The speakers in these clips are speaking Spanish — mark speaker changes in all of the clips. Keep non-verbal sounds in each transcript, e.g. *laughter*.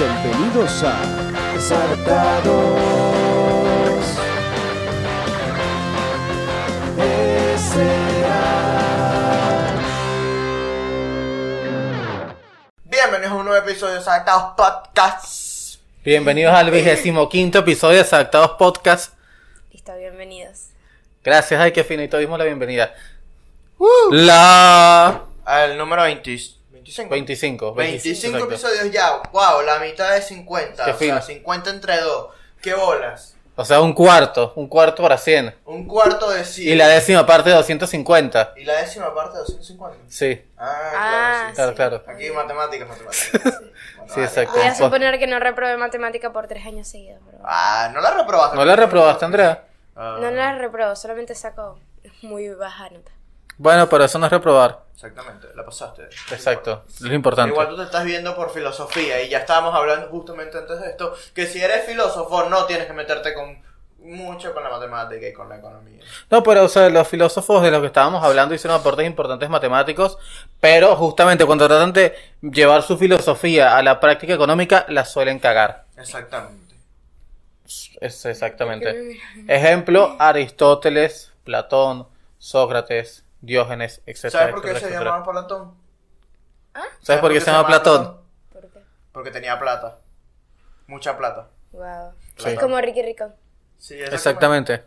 Speaker 1: Bienvenidos a Exaltados
Speaker 2: Bienvenidos a un nuevo episodio de Saltados Podcast.
Speaker 3: Bienvenidos al vigésimo quinto episodio de Saltados Podcast.
Speaker 4: Listo, bienvenidos.
Speaker 3: Gracias a que finito dimos la bienvenida.
Speaker 2: Uh.
Speaker 3: La
Speaker 2: Al número 20 25.
Speaker 3: 25.
Speaker 2: 25
Speaker 3: exacto.
Speaker 2: episodios ya. Wow, la mitad de 50.
Speaker 3: Qué
Speaker 2: o sea,
Speaker 3: fino.
Speaker 2: 50 entre dos. Qué bolas.
Speaker 3: O sea, un cuarto, un cuarto para 100.
Speaker 2: Un cuarto de 100.
Speaker 3: Y la décima parte de 250.
Speaker 2: ¿Y la décima parte de 250.
Speaker 3: Sí,
Speaker 2: Ah,
Speaker 4: Ah,
Speaker 2: claro,
Speaker 3: claro,
Speaker 4: Sí.
Speaker 3: claro.
Speaker 2: sí. Aquí matemáticas, matemáticas.
Speaker 3: Sí, exacto.
Speaker 4: Voy a suponer que no reprobé matemática por tres años seguidos, pero-
Speaker 2: Ah, no la reprobaste.
Speaker 3: ¿No la reprobaste, Andrea?
Speaker 2: Ah,
Speaker 4: No la reprobo, solamente saco muy baja nota.
Speaker 3: Bueno, pero eso no es reprobar.
Speaker 2: Exactamente, la pasaste.
Speaker 3: Exacto, es lo importante.
Speaker 2: Igual tú te estás viendo por filosofía y ya estábamos hablando justamente antes de esto, que si eres filósofo no tienes que meterte con mucho con la matemática y con la economía.
Speaker 3: No, pero o sea, los filósofos de los que estábamos hablando hicieron aportes importantes matemáticos, pero justamente cuando tratan de llevar su filosofía a la práctica económica, la suelen cagar.
Speaker 2: Exactamente.
Speaker 3: Es exactamente. Ejemplo, Aristóteles, Platón, Sócrates, Diógenes, etcétera.
Speaker 2: ¿Sabes por qué
Speaker 3: etcétera,
Speaker 2: se
Speaker 3: etcétera.
Speaker 2: llamaba Platón?
Speaker 3: ¿Sabes por qué se llama Platón?
Speaker 4: ¿Por qué?
Speaker 2: Porque tenía plata. Mucha plata.
Speaker 4: Wow.
Speaker 3: Sí.
Speaker 4: Es como Ricky Rico.
Speaker 2: Sí,
Speaker 3: Exactamente.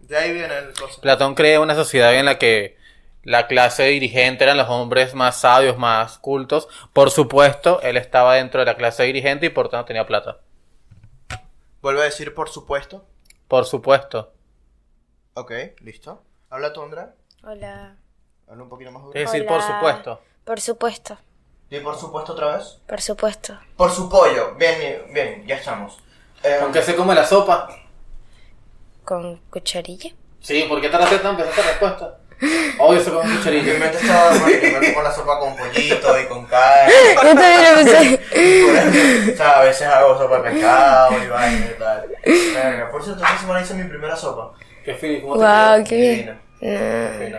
Speaker 2: De ahí viene el cosa.
Speaker 3: Platón crea una sociedad en la que la clase dirigente eran los hombres más sabios, más cultos. Por supuesto, él estaba dentro de la clase dirigente y por tanto tenía plata.
Speaker 2: Vuelve a decir por supuesto.
Speaker 3: Por supuesto.
Speaker 2: Ok, listo. Habla tú, Andrea.
Speaker 4: Hola.
Speaker 2: Habla un poquito más duro.
Speaker 3: Es decir, por
Speaker 4: Hola.
Speaker 3: supuesto.
Speaker 4: Por supuesto,
Speaker 2: Y por supuesto otra vez.
Speaker 4: por supuesto.
Speaker 2: Por su pollo. Bien, bien, ya estamos. Eh,
Speaker 3: Aunque se come la sopa.
Speaker 4: Con *laughs* cucharilla.
Speaker 3: Sí, ¿por qué tardaste tanto en esta respuesta? Obvio se come un
Speaker 2: Mi
Speaker 3: cucharillo.
Speaker 2: mente estaba bueno, con la sopa con pollito y con carne.
Speaker 4: Yo también lo pensé.
Speaker 2: O sea, a veces hago sopa de pescado y vaina y tal. Verga, Por cierto, esta semana hice mi primera sopa.
Speaker 3: Qué fino, ¿cómo te quedó?
Speaker 4: Wow, qué bien.
Speaker 2: Divina.
Speaker 4: No.
Speaker 3: Fino.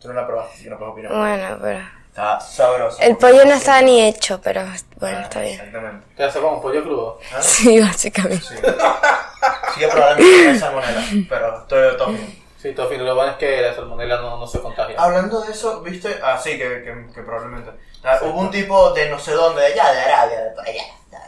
Speaker 2: Tú no la probaste, así que no puedo opinar.
Speaker 4: Bueno, pero.
Speaker 2: Está sabroso.
Speaker 4: El pollo no estaba ni hecho, pero bueno, está bien.
Speaker 2: Exactamente.
Speaker 3: Te hace como pollo crudo.
Speaker 4: Ah, Sí, básicamente.
Speaker 2: Sí. Sí, he probado mi salmonela, pero estoy todo bien.
Speaker 3: Sí, todo fino. Lo bueno es que la salmonela no, no se contagia.
Speaker 2: Hablando de eso, ¿viste? Ah, sí, que, que, que probablemente. O sea, Hubo un tipo de no sé dónde, de allá, de Arabia, de por allá,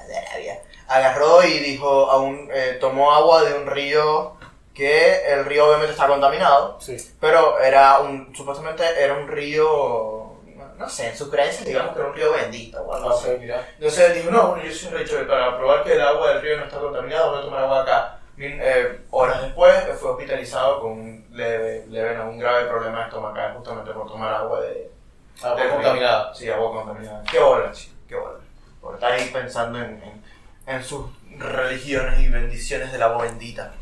Speaker 2: de Arabia. Agarró y dijo, a un, eh, tomó agua de un río que el río obviamente está contaminado.
Speaker 3: Sí.
Speaker 2: Pero era un, supuestamente era un río, no sé, en su creencia digamos que era un río bendito o algo
Speaker 3: No
Speaker 2: así.
Speaker 3: sé, mira.
Speaker 2: Entonces dijo, no, bueno, yo soy recho de- para probar que el agua del río no está contaminada, voy a tomar agua acá. Min- eh, horas después eh, fue hospitalizado con un leve, leve, no, un grave problema estomacal justamente por tomar agua de... del
Speaker 3: Agua
Speaker 2: río.
Speaker 3: contaminada.
Speaker 2: Sí, agua contaminada. Qué bola, chico, qué bola. Por estar ahí pensando en, en- en sus religiones y bendiciones del agua bendita.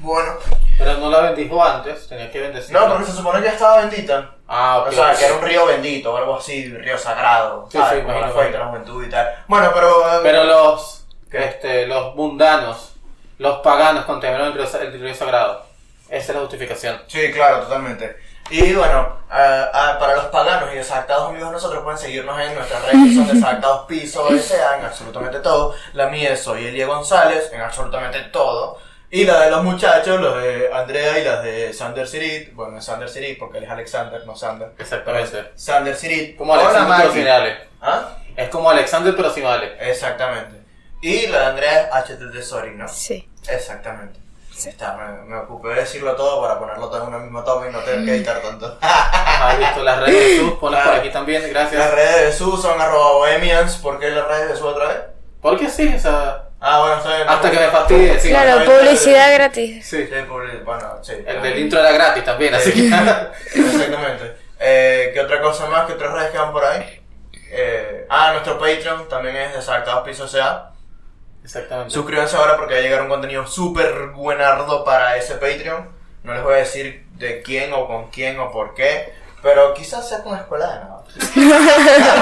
Speaker 2: Bueno,
Speaker 3: Pero no la bendijo antes, tenía que bendecirla.
Speaker 2: no, porque se supone que estaba bendita.
Speaker 3: Ah, ok.
Speaker 2: O sea, que era un río bendito o algo así, un río sagrado.
Speaker 3: Sí,
Speaker 2: ¿sabes?
Speaker 3: sí,
Speaker 2: Como
Speaker 3: imagino.
Speaker 2: la fuente de la juventud y tal. Bueno, pero. eh,
Speaker 3: Pero los,
Speaker 2: ¿Qué?
Speaker 3: este, los mundanos, los paganos contaminaron el río, sa- el río sagrado. Esa es la justificación.
Speaker 2: Sí, claro, totalmente. Y bueno, ah, ah, para los paganos y desadaptados amigos de nosotros pueden seguirnos en nuestras redes que son desadaptados piso, desean absolutamente todo. La mía es soy Elia González en absolutamente todo. Y la de los muchachos, los de Andrea y las de Sander Sirit. Bueno, es Sander Sirit porque él es Alexander, no Sander.
Speaker 3: Exactamente.
Speaker 2: Sander Sirit.
Speaker 3: Como
Speaker 2: Hola,
Speaker 3: Alexander pero
Speaker 2: Maggie.
Speaker 3: sin Ale.
Speaker 2: ¿Ah?
Speaker 3: Es como Alexander pero sin Ale.
Speaker 2: Exactamente. Y la de Andrea es HTT Sorry, ¿no?
Speaker 4: Sí.
Speaker 2: Exactamente. Está, me, me ocupé de decirlo todo para ponerlo todo en una misma toma y no tener que editar tanto.
Speaker 3: Ajá, listo. Ah, Las redes de
Speaker 2: *laughs*
Speaker 3: Jesús, ponlas por
Speaker 2: Claro.
Speaker 3: aquí también,
Speaker 2: las
Speaker 3: gracias.
Speaker 2: redes de Jesús son arroba bohemians. ¿Por qué las redes de Jesús otra vez?
Speaker 3: ¿Por qué sí? O sea,
Speaker 2: Ah, bueno, está bien.
Speaker 3: hasta que me fastidie. Sí,
Speaker 4: Claro, publicidad gratis.
Speaker 3: sí.
Speaker 2: Sí, public- bueno, sí.
Speaker 3: El del intro era gratis también, así que.
Speaker 2: *laughs*
Speaker 3: *laughs*
Speaker 2: Exactamente. Eh, ¿Qué otra cosa más? ¿Qué otras redes quedan por ahí? Eh, ah, nuestro Patreon también es Desadaptados Piso SA.
Speaker 3: Exactamente.
Speaker 2: Suscríbanse ahora porque va a llegar un contenido súper buenardo para ese Patreon. No les voy a decir de quién o con quién o por qué, pero quizás sea con escuela de nada.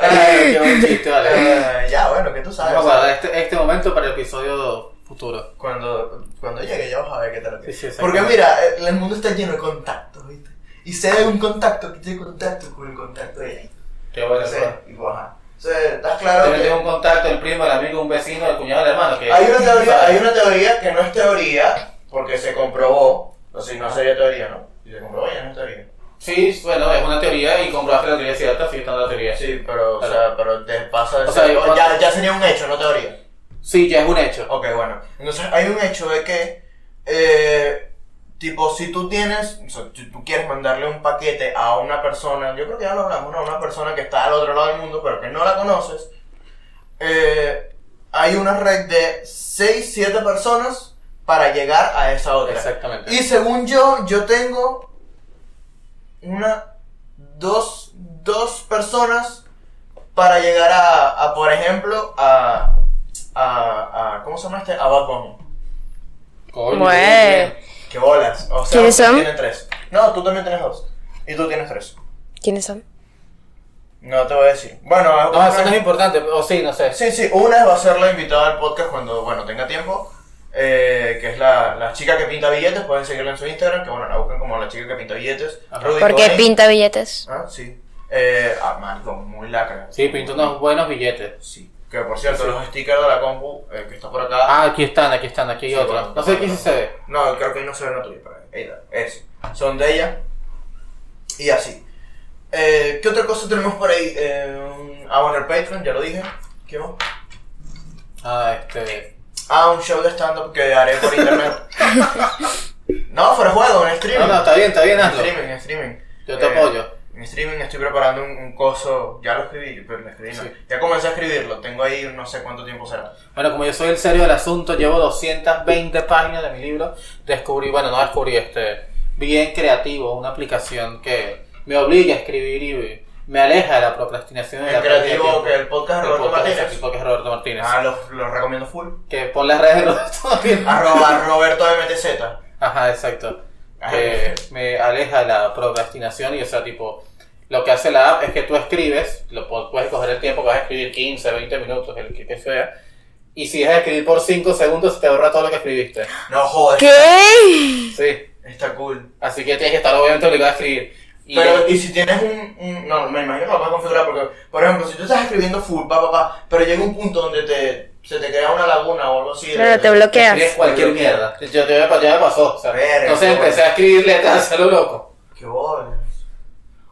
Speaker 3: Ay,
Speaker 2: *laughs*
Speaker 3: qué buen chiste, vale.
Speaker 2: Eh, ya, bueno, que tú sabes.
Speaker 3: Vamos a guardar este, este momento para el episodio futuro.
Speaker 2: Cuando, cuando llegue ya vas a ver qué tal.
Speaker 3: Sí, sí, exacto.
Speaker 2: porque mira, eh, el mundo está lleno de contactos, ¿viste? Y se da un contacto que tiene contacto con el contacto de ella.
Speaker 3: Qué bueno,
Speaker 2: Sí,
Speaker 3: ¿verdad?
Speaker 2: y, pues, ajá. sea, ¿Estás claro?
Speaker 3: También
Speaker 2: que-
Speaker 3: tengo un contacto, el primo, el amigo, un vecino, el cuñado, el hermano. Que
Speaker 2: Hay una, teoría, hay una teoría que no es teoría, porque se comprobó. O sea, no sería teoría, ¿no? Si se comprobó, ya no es teoría.
Speaker 3: Sí, bueno, es una teoría y comprobaste la teoría cierta, sigue estando la teoría.
Speaker 2: Sí, pero, o sea, pero te pasa de
Speaker 3: O sea,
Speaker 2: ser-
Speaker 3: yo-
Speaker 2: ya, ya sería un hecho, no teoría.
Speaker 3: Sí, ya es un hecho.
Speaker 2: Ok, bueno. Entonces, hay un hecho de que, eh, tipo, si tú tienes, o sea, si tú quieres mandarle un paquete a una persona, yo creo que ya lo hablamos, ¿no? A una persona que está al otro lado del mundo, pero que no la conoces, eh, hay una red de 6, 7 personas para llegar a esa otra.
Speaker 3: Exactamente.
Speaker 2: Y según yo, yo tengo una, dos, dos personas para llegar a, a, por ejemplo, a, a, a- ¿cómo se llama este? A Bad Bunny.
Speaker 3: Coño,
Speaker 4: Bueno.
Speaker 3: bien, bien.
Speaker 2: Que bolas. O sea,
Speaker 4: ¿Quiénes
Speaker 2: ustedes
Speaker 4: son?
Speaker 2: tienen tres. No, tú también tienes dos. Y tú tienes tres.
Speaker 4: ¿Quiénes son?
Speaker 2: No te voy a decir. Bueno,
Speaker 3: No, eso no es importante, o sí, no sé.
Speaker 2: Sí, sí, una va a ser la invitada al podcast cuando, bueno, tenga tiempo, eh, que es la, la chica que pinta billetes, pueden seguirla en su Instagram, que bueno, la buscan como la chica que pinta billetes.
Speaker 3: Ajá.
Speaker 2: Rudy
Speaker 4: Porque
Speaker 2: Coney.
Speaker 4: pinta billetes.
Speaker 2: Ah, sí. Eh, ah, marico, muy lacra.
Speaker 3: Sí, pintó unos buenos billetes.
Speaker 2: Sí. Que por cierto, los stickers de la compu, eh, que está por acá...
Speaker 3: Ah, aquí están, aquí están, aquí hay
Speaker 2: Sí,
Speaker 3: otro.
Speaker 2: bueno,
Speaker 3: No sé qué sí se ve.
Speaker 2: No, creo que no se ve la tuya, pero ella, es. Son de ella. Y así. Eh, ¿Qué otra cosa tenemos por ahí? Eh, ah, bueno, el Patreon, ya lo dije. ¿Qué más?
Speaker 3: Ah, este.
Speaker 2: Ah, un show de stand-up que haré
Speaker 3: *laughs*
Speaker 2: por internet. no, fuera juego, en streaming.
Speaker 3: No, no, está bien, está bien,
Speaker 2: en
Speaker 3: hazlo.
Speaker 2: streaming, en streaming. Eh,
Speaker 3: Yo te apoyo.
Speaker 2: En streaming estoy preparando un, un coso. Ya lo escribí, pero lo escribí. no.
Speaker 3: Sí.
Speaker 2: Ya comencé a escribirlo. Tengo ahí no sé cuánto tiempo será.
Speaker 3: Bueno, como yo soy el serio del asunto, llevo 220 páginas de mi libro. Descubrí, bueno, no descubrí, este, bien creativo, una aplicación que me obliga a escribir y me aleja de la procrastinación. y
Speaker 2: El
Speaker 3: la pérdida de
Speaker 2: creativo
Speaker 3: tiempo.
Speaker 2: que el podcast de
Speaker 3: El
Speaker 2: Roberto
Speaker 3: podcast,
Speaker 2: Martínez.
Speaker 3: el podcast de Roberto Martínez.
Speaker 2: Ah, lo, lo recomiendo full.
Speaker 3: Que pon las redes de Roberto
Speaker 2: Ah,
Speaker 3: Martínez.
Speaker 2: Arroba Roberto MTZ.
Speaker 3: Ajá, exacto.
Speaker 2: Ajá.
Speaker 3: Que me aleja de la procrastinación y, o sea, tipo, lo que hace la app es que tú escribes, lo po- puedes coger el tiempo que vas a escribir, 15, 20 minutos, el que que sea, y si dejas de escribir por 5 segundos, se te ahorra todo lo que escribiste.
Speaker 2: No jodas.
Speaker 4: ¿Qué?
Speaker 3: Sí.
Speaker 2: Está cool.
Speaker 3: Así que tienes que estar obviamente obligado a escribir. Y
Speaker 2: Pero, y si tienes un, un- No, me imagino que lo puedes configurar porque, por ejemplo, si tú estás escribiendo full, pa, pa, pa, pero llega un punto donde te, se te crea una laguna o algo así. de-
Speaker 4: Claro, te bloqueas.
Speaker 3: escribes cualquier mierda. Yo, yo ya me pasó. o sea,
Speaker 2: Verga,
Speaker 3: entonces
Speaker 2: bueno.
Speaker 3: empecé a escribir letras *laughs* a lo loco.
Speaker 2: Qué bolas.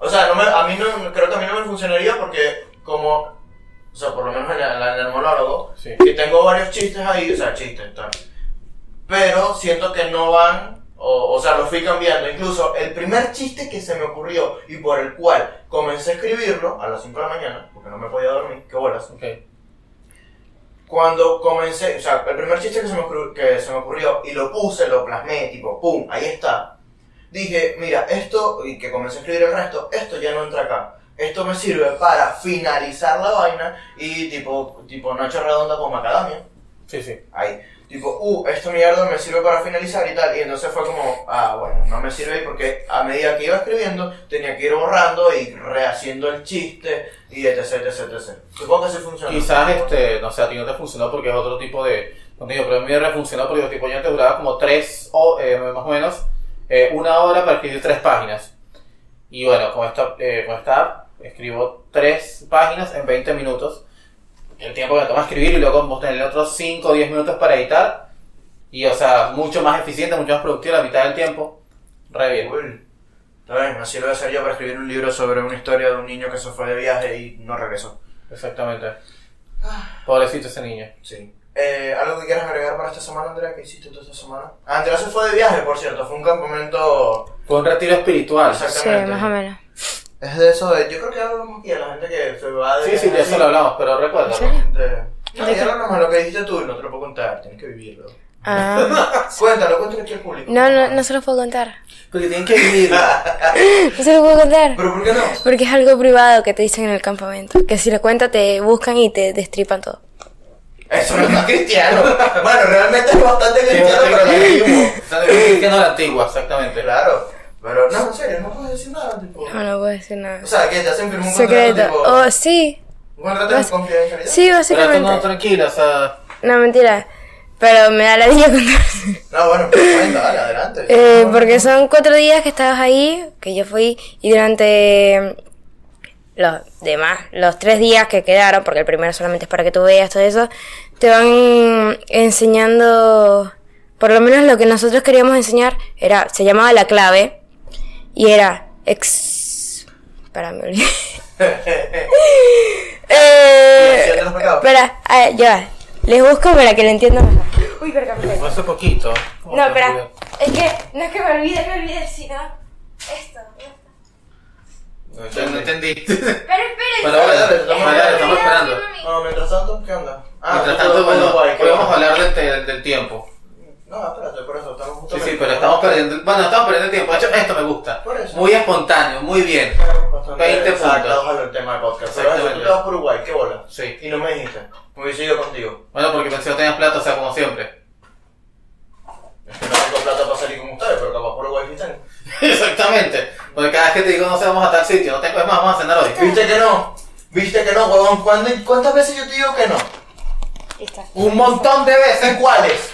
Speaker 2: O sea, no me- a mí no, creo que a mí no me funcionaría porque como, o sea, por lo menos en, la- en el monólogo,
Speaker 3: Sí.
Speaker 2: que tengo varios chistes ahí, o sea, chistes, tal. Pero siento que no van, o, o sea, los fui cambiando. Incluso el primer chiste que se me ocurrió y por el cual comencé a escribirlo a las 5 de la mañana, porque no me podía dormir, qué bolas. Cuando comencé, o sea, el primer chiste que se me ocurrió, que se me ocurrió y lo puse, lo plasmé, tipo, pum, ahí está. Dije, mira, esto, y que comencé a escribir el resto, esto ya no entra acá. Esto me sirve para finalizar la vaina y tipo, tipo Nacho Redonda con Macadamia.
Speaker 3: Sí, sí.
Speaker 2: Ahí. Tipo, uh, esta mierda me sirve para finalizar y tal. Y entonces fue como, ah, bueno, no me sirve porque a medida que iba escribiendo tenía que ir borrando y rehaciendo el chiste y etc, etc, etc. Supongo que sí funciona.
Speaker 3: Quizás, este, no sé, a ti no te funcionó porque es otro tipo de contenido, pero a mí me funcionó porque tipo, yo antes duraba como tres, o, eh, más o menos, eh, una hora para escribir tres páginas. Y bueno, con esta, eh, con esta app escribo tres páginas en 20 minutos. El tiempo que me toma escribir y luego vos tenés otros 5 o 10 minutos para editar. Y o sea, mucho más eficiente, mucho más productivo la mitad del tiempo. Re bien.
Speaker 2: Cool. Está bien, así lo voy a hacer yo para escribir un libro sobre una historia de un niño que se fue de viaje y no regresó.
Speaker 3: Exactamente.
Speaker 4: Ah.
Speaker 3: Pobrecito ese niño.
Speaker 2: Sí. Eh, ¿Algo que quieras agregar para esta semana, Andrea? ¿Qué hiciste tú esta semana? Ah, Andrea se fue de viaje, por cierto. Fue un campamento...
Speaker 3: Fue un retiro espiritual.
Speaker 4: Sí,
Speaker 2: Exactamente.
Speaker 4: más o menos.
Speaker 2: Es de eso de... Yo creo que ya hablamos aquí a la gente que se va de
Speaker 3: Sí, sí, de eso lo hablamos, pero recuerda.
Speaker 4: ¿En serio?
Speaker 2: De- No,
Speaker 4: ¿De
Speaker 2: ya
Speaker 4: qué?
Speaker 2: lo nomás lo que dijiste tú no te lo puedo contar, tienes que vivirlo.
Speaker 4: Ah.
Speaker 2: *laughs* Cuéntalo, cuéntalo aquí al público.
Speaker 4: No, no, no se los puedo contar.
Speaker 3: Porque tienen
Speaker 2: *laughs*
Speaker 3: que vivir.
Speaker 4: No se los puedo contar.
Speaker 2: ¿Pero por qué no?
Speaker 4: Porque es algo privado que te dicen en el campamento. Que si lo cuentas te buscan y te destripan todo.
Speaker 2: Eso no es más cristiano. *laughs* bueno, realmente es bastante cristiano, pero la vivimos.
Speaker 3: que no la antigua, exactamente.
Speaker 2: Claro, pero no, en serio, no puedes decir nada, tipo.
Speaker 4: No, no puedo decir nada.
Speaker 2: O sea, que te hacen firmar un contrato,
Speaker 4: Secreto.
Speaker 2: tipo,
Speaker 4: Oh, sí.
Speaker 2: un contrato de confidencialidad.
Speaker 4: Sí,
Speaker 3: Pero tú no,
Speaker 4: básicamente.
Speaker 3: tranquilo, o sea.
Speaker 4: No, mentira. Pero me da la idea *laughs* contar.
Speaker 2: No, bueno, pero cuenta, dale, adelante.
Speaker 4: Eh, porque son cuatro días que estabas ahí, que yo fui, y durante los demás, los tres días que quedaron, porque el primero solamente es para que tú veas todo eso, te van enseñando, por lo menos lo que nosotros queríamos enseñar era, se llamaba la clave, y era ex... Para, me olvidé. eh,
Speaker 2: ¿Ciencias de los pecados?
Speaker 4: espera, ah, ya, les busco para que lo entiendan mejor. Uy, verga, me caí.
Speaker 3: Fue hace poquito. ¿Cómo
Speaker 4: No,
Speaker 3: te
Speaker 4: espera,
Speaker 3: olvidas?
Speaker 4: es que, no es que me olvide, me olvide, sino esto.
Speaker 3: No, ya no *laughs* entendí.
Speaker 4: Pero esperen.
Speaker 3: Bueno, bueno, dale,
Speaker 2: estamos-
Speaker 4: Pero
Speaker 2: dale,
Speaker 3: estamos
Speaker 4: esperen,
Speaker 3: esperando.
Speaker 4: mami.
Speaker 2: No, mientras tanto, ¿qué onda? Ah,
Speaker 3: *laughs* Mientras
Speaker 2: tú-
Speaker 3: tanto,
Speaker 2: tú-
Speaker 3: bueno,
Speaker 2: guay, qué
Speaker 3: hoy vamos a
Speaker 2: bueno.
Speaker 3: hablar del, del, del tiempo.
Speaker 2: No, espérate, por eso estamos justo.
Speaker 3: Sí, sí, pero estamos perdiendo. Bueno, estamos perdiendo tiempo. De hecho, esto me gusta.
Speaker 2: Por eso.
Speaker 3: Muy espontáneo, muy bien.
Speaker 2: Bastante
Speaker 3: 20
Speaker 2: exactos
Speaker 3: puntos.
Speaker 2: al tema del podcast. Pero eso, tú
Speaker 3: Exactamente.
Speaker 2: te vas por Uruguay, qué bola.
Speaker 3: Sí.
Speaker 2: Y no me dijiste. Me hubiese ido contigo.
Speaker 3: Bueno, porque pensé que no tenías plata, o sea, como siempre.
Speaker 2: Es que no tengo plata para salir con ustedes, pero capaz por Uruguay sí
Speaker 4: Eh.
Speaker 2: tengo.
Speaker 3: *laughs* Exactamente. Porque cada vez que te digo, no sé, vamos a tal sitio, no tengo, es más, vamos a cenar hoy.
Speaker 2: ¿Viste que no? ¿Viste que no, huevón? ¿Cuándo- ¿Cuántas veces yo te digo que no?
Speaker 4: Listo.
Speaker 3: Un montón de veces.
Speaker 2: ¿En cuáles?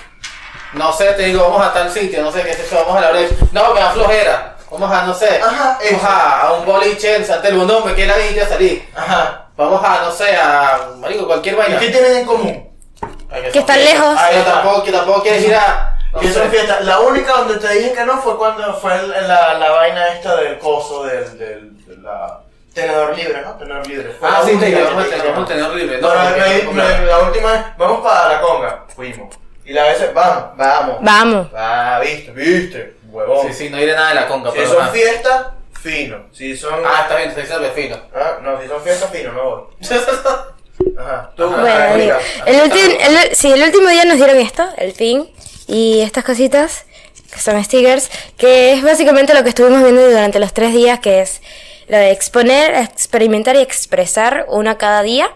Speaker 3: No sé, te digo, vamos a tal sitio, no sé qué sé yo, vamos a la brecha. No, me da flojera. Vamos a, no sé,
Speaker 2: Ajá,
Speaker 3: vamos
Speaker 2: eso.
Speaker 3: a, a un boliche en San Telmo. No, me queda ahí, ya salí.
Speaker 2: Ajá.
Speaker 3: Vamos a, no sé, a, marico, cualquier
Speaker 2: ¿Y
Speaker 3: vaina.
Speaker 2: qué tienen en común?
Speaker 3: Ay, que
Speaker 4: Que
Speaker 3: son
Speaker 4: están
Speaker 3: fiestas.
Speaker 4: lejos.
Speaker 3: Ay, no, tampoco, que tampoco quieres ir a... no
Speaker 2: Que
Speaker 3: sé.
Speaker 2: son fiestas. La única donde te dije que no fue cuando fue el- la, la vaina esta del coso, del, del, de la... Tenedor libre, ¿no? Tenedor libre. Fue
Speaker 3: Ah,
Speaker 2: la
Speaker 3: sí,
Speaker 2: única
Speaker 3: te
Speaker 2: que
Speaker 3: vamos a
Speaker 2: dije
Speaker 3: tener,
Speaker 2: que
Speaker 3: vamos a
Speaker 2: no.
Speaker 3: tener libre.
Speaker 2: No,
Speaker 3: No,
Speaker 2: no,
Speaker 3: porque
Speaker 2: me-
Speaker 3: no,
Speaker 2: me-
Speaker 3: no.
Speaker 2: la última vez, vamos para la conga, fuimos. Y la vez, vamos, vamos.
Speaker 4: Vamos.
Speaker 2: Ah, viste, viste, huevón.
Speaker 3: Sí, sí, no iré nada de la conga,
Speaker 2: Si
Speaker 3: pero...
Speaker 2: son
Speaker 3: ajá.
Speaker 2: fiestas, fino. Si son.
Speaker 3: Ah, está bien, estoy diciendo fino.
Speaker 2: Ah, no, si son *laughs* fiestas, fino, no voy. Ajá. Tú,
Speaker 3: Bueno, eh,
Speaker 2: ajá,
Speaker 4: Bueno, digo,
Speaker 2: mira.
Speaker 4: el, ulti- el- sí, el último día nos dieron esto, el pin, y estas cositas, que son stickers, que es básicamente lo que estuvimos viendo durante los tres días, que es lo de exponer, experimentar y expresar uno cada día,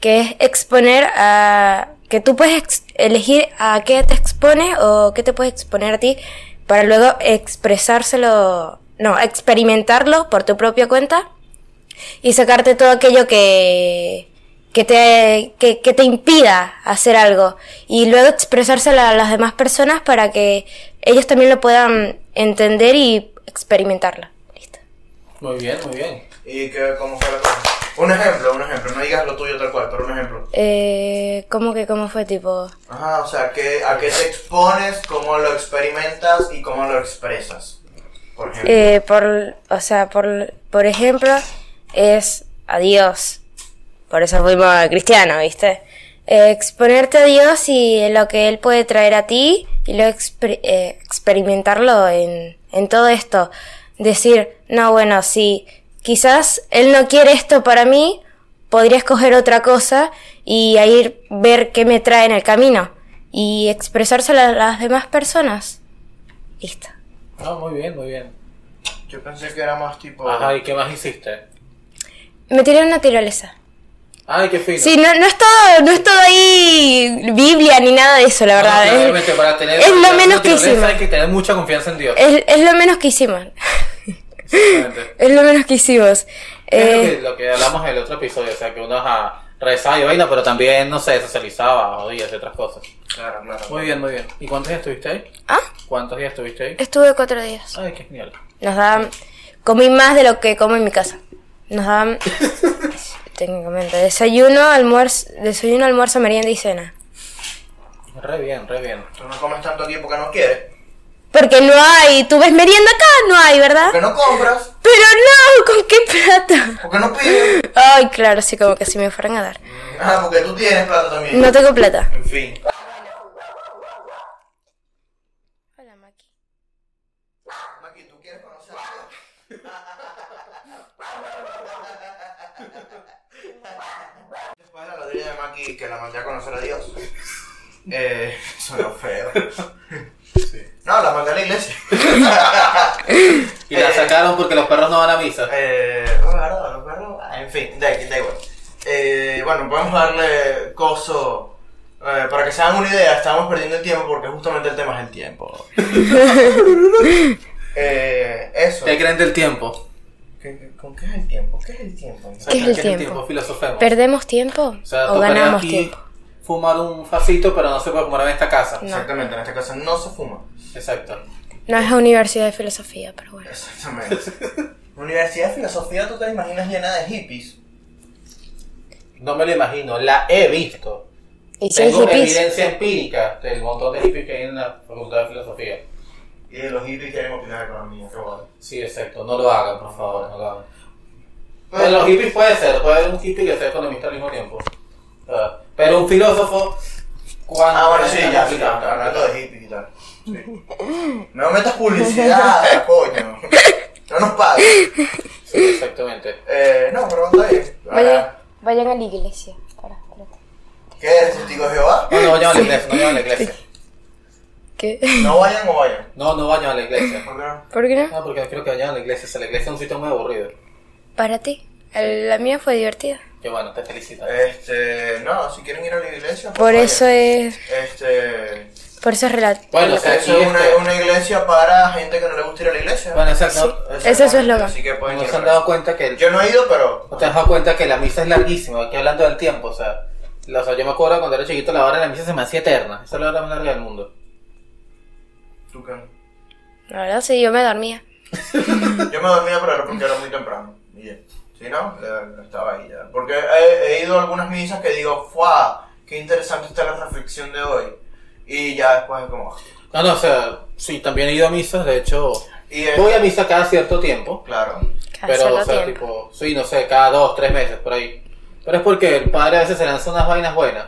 Speaker 4: que es exponer a... que tú puedes ex- elegir a qué te expones o qué te puedes exponer a ti para luego expresárselo, no, experimentarlo por tu propia cuenta y sacarte todo aquello que, que, te, que, que te impida hacer algo y luego expresárselo a las demás personas para que ellos también lo puedan entender y experimentarlo. Listo.
Speaker 3: Muy bien, muy bien.
Speaker 2: ¿Y qué, cómo fue la cosa? Un ejemplo, un ejemplo. No digas lo tuyo tal cual, pero un ejemplo.
Speaker 4: Eh, ¿Cómo que cómo fue tipo?
Speaker 2: Ajá, o sea, ¿qué, ¿a qué te expones, cómo lo experimentas y cómo lo expresas? Por ejemplo.
Speaker 4: Eh, por, o sea, por, por ejemplo, es a Dios. Por eso fuimos cristiano, ¿viste? Eh, exponerte a Dios y lo que Él puede traer a ti y luego exper- eh, experimentarlo en, en todo esto. Decir, no, bueno, si quizás Él no quiere esto para mí, podría escoger otra cosa y ahí ver qué me trae en el camino y expresárselo a las demás personas. Listo.
Speaker 3: No, muy bien, muy bien.
Speaker 2: Yo pensé que era más tipo.
Speaker 3: Ajá, ¿y qué más hiciste?
Speaker 4: Me tiré una tirolesa.
Speaker 3: Ay, qué fino.
Speaker 4: Sí, no, no es todo, no es todo ahí Biblia ni nada de eso, la verdad.
Speaker 3: Ah, No,
Speaker 4: es-
Speaker 3: claramente, para tener
Speaker 4: es lo
Speaker 3: para
Speaker 4: menos
Speaker 3: tener
Speaker 4: que
Speaker 3: naturaleza
Speaker 4: hicimos.
Speaker 3: Hay que tener mucha confianza en Dios.
Speaker 4: Es, es lo menos que hicimos. *laughs*
Speaker 3: Exactamente.
Speaker 4: es lo menos que hicimos.
Speaker 3: Es lo
Speaker 4: Eh,
Speaker 3: que- lo que hablamos en el otro episodio, o sea, que uno ajá, rezaba y vaina, pero también, no sé, socializaba, oías y otras cosas.
Speaker 2: Claro, claro.
Speaker 3: Muy bien, muy bien. ¿Y cuántos días estuviste ahí?
Speaker 4: Ah,
Speaker 3: ¿Cuántos días estuviste ahí?
Speaker 4: estuve cuatro días.
Speaker 3: Ay, qué genial.
Speaker 4: Nos daban. Comí más de lo que como en mi casa. Nos
Speaker 3: *laughs*
Speaker 4: daban. técnicamente. Desayuno, almuerzo, desayuno, almuerzo, merienda y cena.
Speaker 3: Re bien, re bien.
Speaker 2: Tú no comes tanto aquí porque no quieres.
Speaker 4: Porque no hay. ¿Tú ves merienda acá? No hay, ¿verdad?
Speaker 2: Porque no compras,
Speaker 4: Pero no, ¿con qué plata? *laughs*
Speaker 2: porque no pides.
Speaker 4: Ay, claro, sí, como que si me fueran a dar.
Speaker 2: Ajá, porque tú tienes plata también.
Speaker 4: No tengo plata.
Speaker 2: En fin.
Speaker 4: Hola, Maki.
Speaker 2: Maki, ¿tú quieres conocer? Después de la lotería de Maki, que la mandé a conocer a Dios. Eh, *laughs* sonó feo. No, la mandé a la iglesia.
Speaker 3: Y la
Speaker 2: Eh,
Speaker 3: sacaron porque los perros no van a misa.
Speaker 2: Eh, bueno, ahora los perros, ah, en fin, da, da igual. Eh, bueno, podemos darle coso. eh, para que se hagan una idea, estamos perdiendo el tiempo porque justamente el tema es el tiempo. Eh, eso.
Speaker 3: ¿Qué creen del tiempo?
Speaker 2: ¿Qué- qué- ¿Con qué es el tiempo? ¿Qué es el tiempo?
Speaker 3: O sea,
Speaker 4: ¿Qué es el tiempo?
Speaker 3: Filosofemos.
Speaker 4: ¿Perdemos tiempo
Speaker 3: O sea,
Speaker 4: o
Speaker 3: tocaría
Speaker 4: ganamos
Speaker 3: aquí
Speaker 4: tiempo?
Speaker 3: fumar un facito, pero no se puede fumar en esta casa.
Speaker 4: No.
Speaker 2: Exactamente, en esta casa no se fuma.
Speaker 3: Exacto.
Speaker 4: No es la Universidad de Filosofía, pero bueno.
Speaker 2: Exactamente. Universidad de Filosofía, ¿tú te la imaginas llena de hippies?
Speaker 3: No me lo imagino, la he visto.
Speaker 4: Y son
Speaker 3: Tengo
Speaker 4: hippies.
Speaker 3: evidencia empírica del montón de hippies que hay en la Facultad de Filosofía.
Speaker 2: Y los hippies quieren opinar de economía, qué bueno.
Speaker 3: Sí, exacto. No lo hagan, por favor, no lo hagan. Pues los hippies puede ser, puede haber un hippie que sea economista al mismo tiempo. Ah, Pero un filósofo, cuando.
Speaker 2: Ah, bueno, sí, ya, sí, ya, hablando de hippies y tal. Sí.
Speaker 4: *laughs*
Speaker 2: No metas publicidad, coño. No nos pagues.
Speaker 3: Sí, exactamente.
Speaker 2: Eh, no, pero está bien.
Speaker 4: Vayan,
Speaker 2: Ahora,
Speaker 4: vayan a la iglesia. Ahora, espérate.
Speaker 2: ¿Qué eres, testigo de Jehová?
Speaker 3: No, no vayan a la iglesia, no vayan a la iglesia.
Speaker 4: ¿Qué? *laughs*
Speaker 2: No vayan o vayan.
Speaker 3: No, no vayan a la iglesia.
Speaker 2: ¿Por qué no?
Speaker 4: ¿Por qué no?
Speaker 3: No, porque no quiero que vayan a la iglesia. Si la iglesia es un sitio muy aburrido.
Speaker 4: Para ti. El- La mía fue divertida.
Speaker 3: Que bueno, te felicito.
Speaker 2: Este, no, si quieren ir a la iglesia. pues
Speaker 4: Por
Speaker 2: vayan.
Speaker 4: eso es.
Speaker 2: Este.
Speaker 4: Por eso es relativo.
Speaker 3: Bueno, o sea, aquí
Speaker 2: Eso es una,
Speaker 3: este-
Speaker 2: una iglesia para gente que no le gusta ir a la iglesia.
Speaker 3: Bueno, exacto.
Speaker 4: Ese es su eslogan.
Speaker 2: Así que pueden
Speaker 3: No
Speaker 2: ir.
Speaker 3: se han dado cuenta que el
Speaker 2: Yo no he ido, pero.
Speaker 3: ¿No te has dado cuenta que la misa es larguísima? Aquí hablando del tiempo, o sea, la- o sea, yo me acuerdo cuando era chiquito la hora de la misa se me hacía eterna. Esa es la hora más larga del mundo.
Speaker 2: ¿Tú qué?
Speaker 4: La verdad, sí, yo me dormía.
Speaker 2: Yo me dormía, pero era porque era muy temprano. Y ya. si no, eh, estaba ahí ya. Porque he, he ido a algunas misas que digo, ¡fua! Qué interesante está la reflexión de hoy. Y ya después es como. "Ah".
Speaker 3: Ah, No, no, o sea, sí, también he ido a misas, de hecho,
Speaker 2: Y es-
Speaker 3: voy a misa cada cierto tiempo,
Speaker 2: Claro.
Speaker 4: Cada
Speaker 3: pero,
Speaker 4: cierto
Speaker 3: o sea,
Speaker 4: tiempo.
Speaker 3: tipo, sí, no sé, cada dos, tres meses, por ahí. Pero es porque el padre a veces se lanza unas vainas buenas,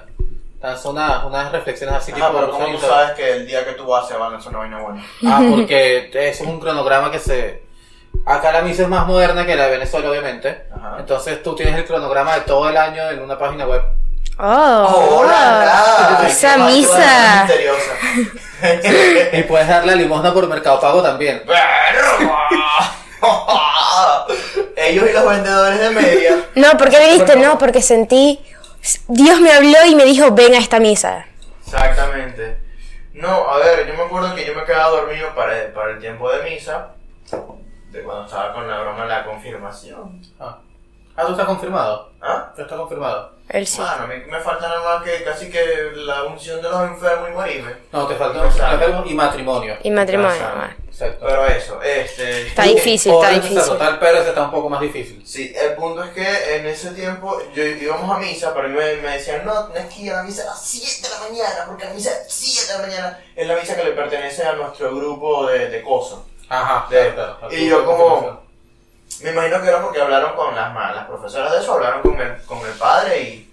Speaker 3: lanza unas, unas reflexiones así,
Speaker 2: Ajá, pero
Speaker 3: no sé,
Speaker 2: ¿cómo tú
Speaker 3: o sea,
Speaker 2: sabes que el día que tú vas se van a hacer una vaina buena?
Speaker 3: Ah, porque eso es un cronograma que se... Acá la misa es más moderna que la de Venezuela, obviamente.
Speaker 2: Ajá.
Speaker 3: Entonces tú tienes el cronograma de todo el año en una página web.
Speaker 4: Oh,
Speaker 2: la!
Speaker 4: esa
Speaker 2: Qué
Speaker 4: misa.
Speaker 2: basura misteriosa.
Speaker 4: *laughs*
Speaker 2: *laughs*
Speaker 3: Y puedes dar la limosna por Mercado Pago también.
Speaker 2: Ellos y los vendedores de media.
Speaker 4: No, ¿por qué viniste? No, porque sentí. Dios me habló y me dijo, ven a esta misa.
Speaker 2: Exactamente. No, a ver, yo me acuerdo que yo me quedaba dormido para el, para el tiempo de misa, de cuando estaba con la broma de la confirmación.
Speaker 3: Ah, Ah, tú estás confirmado.
Speaker 2: ¿Ah?
Speaker 3: Tú estás confirmado.
Speaker 4: Él sí.
Speaker 3: Ah,
Speaker 2: Bueno, me, me falta nada más que casi que la unción de los enfermos y morirme.
Speaker 3: No, te faltó
Speaker 2: Exacto.
Speaker 3: enfermo y matrimonio. Ah,
Speaker 4: Y matrimonio.
Speaker 2: Exacto.
Speaker 4: bueno.
Speaker 3: Exacto.
Speaker 2: Pero eso, este...
Speaker 4: Está difícil,
Speaker 3: O
Speaker 4: está
Speaker 3: el
Speaker 4: difícil.
Speaker 3: sacerdotal, pero ese está un poco más difícil.
Speaker 2: Sí, el punto es que en ese tiempo yo íbamos a misa, pero a mí me, me decían, no, tienes que ir a la misa a las 7 de la mañana, porque la misa a las 7 de la mañana es la misa que le pertenece a nuestro grupo de, de cosas.
Speaker 3: Ajá,
Speaker 2: De-
Speaker 3: claro, claro.
Speaker 2: y yo como- Me imagino que era porque hablaron con las, ma- las profesoras de eso, hablaron con el, con el padre y,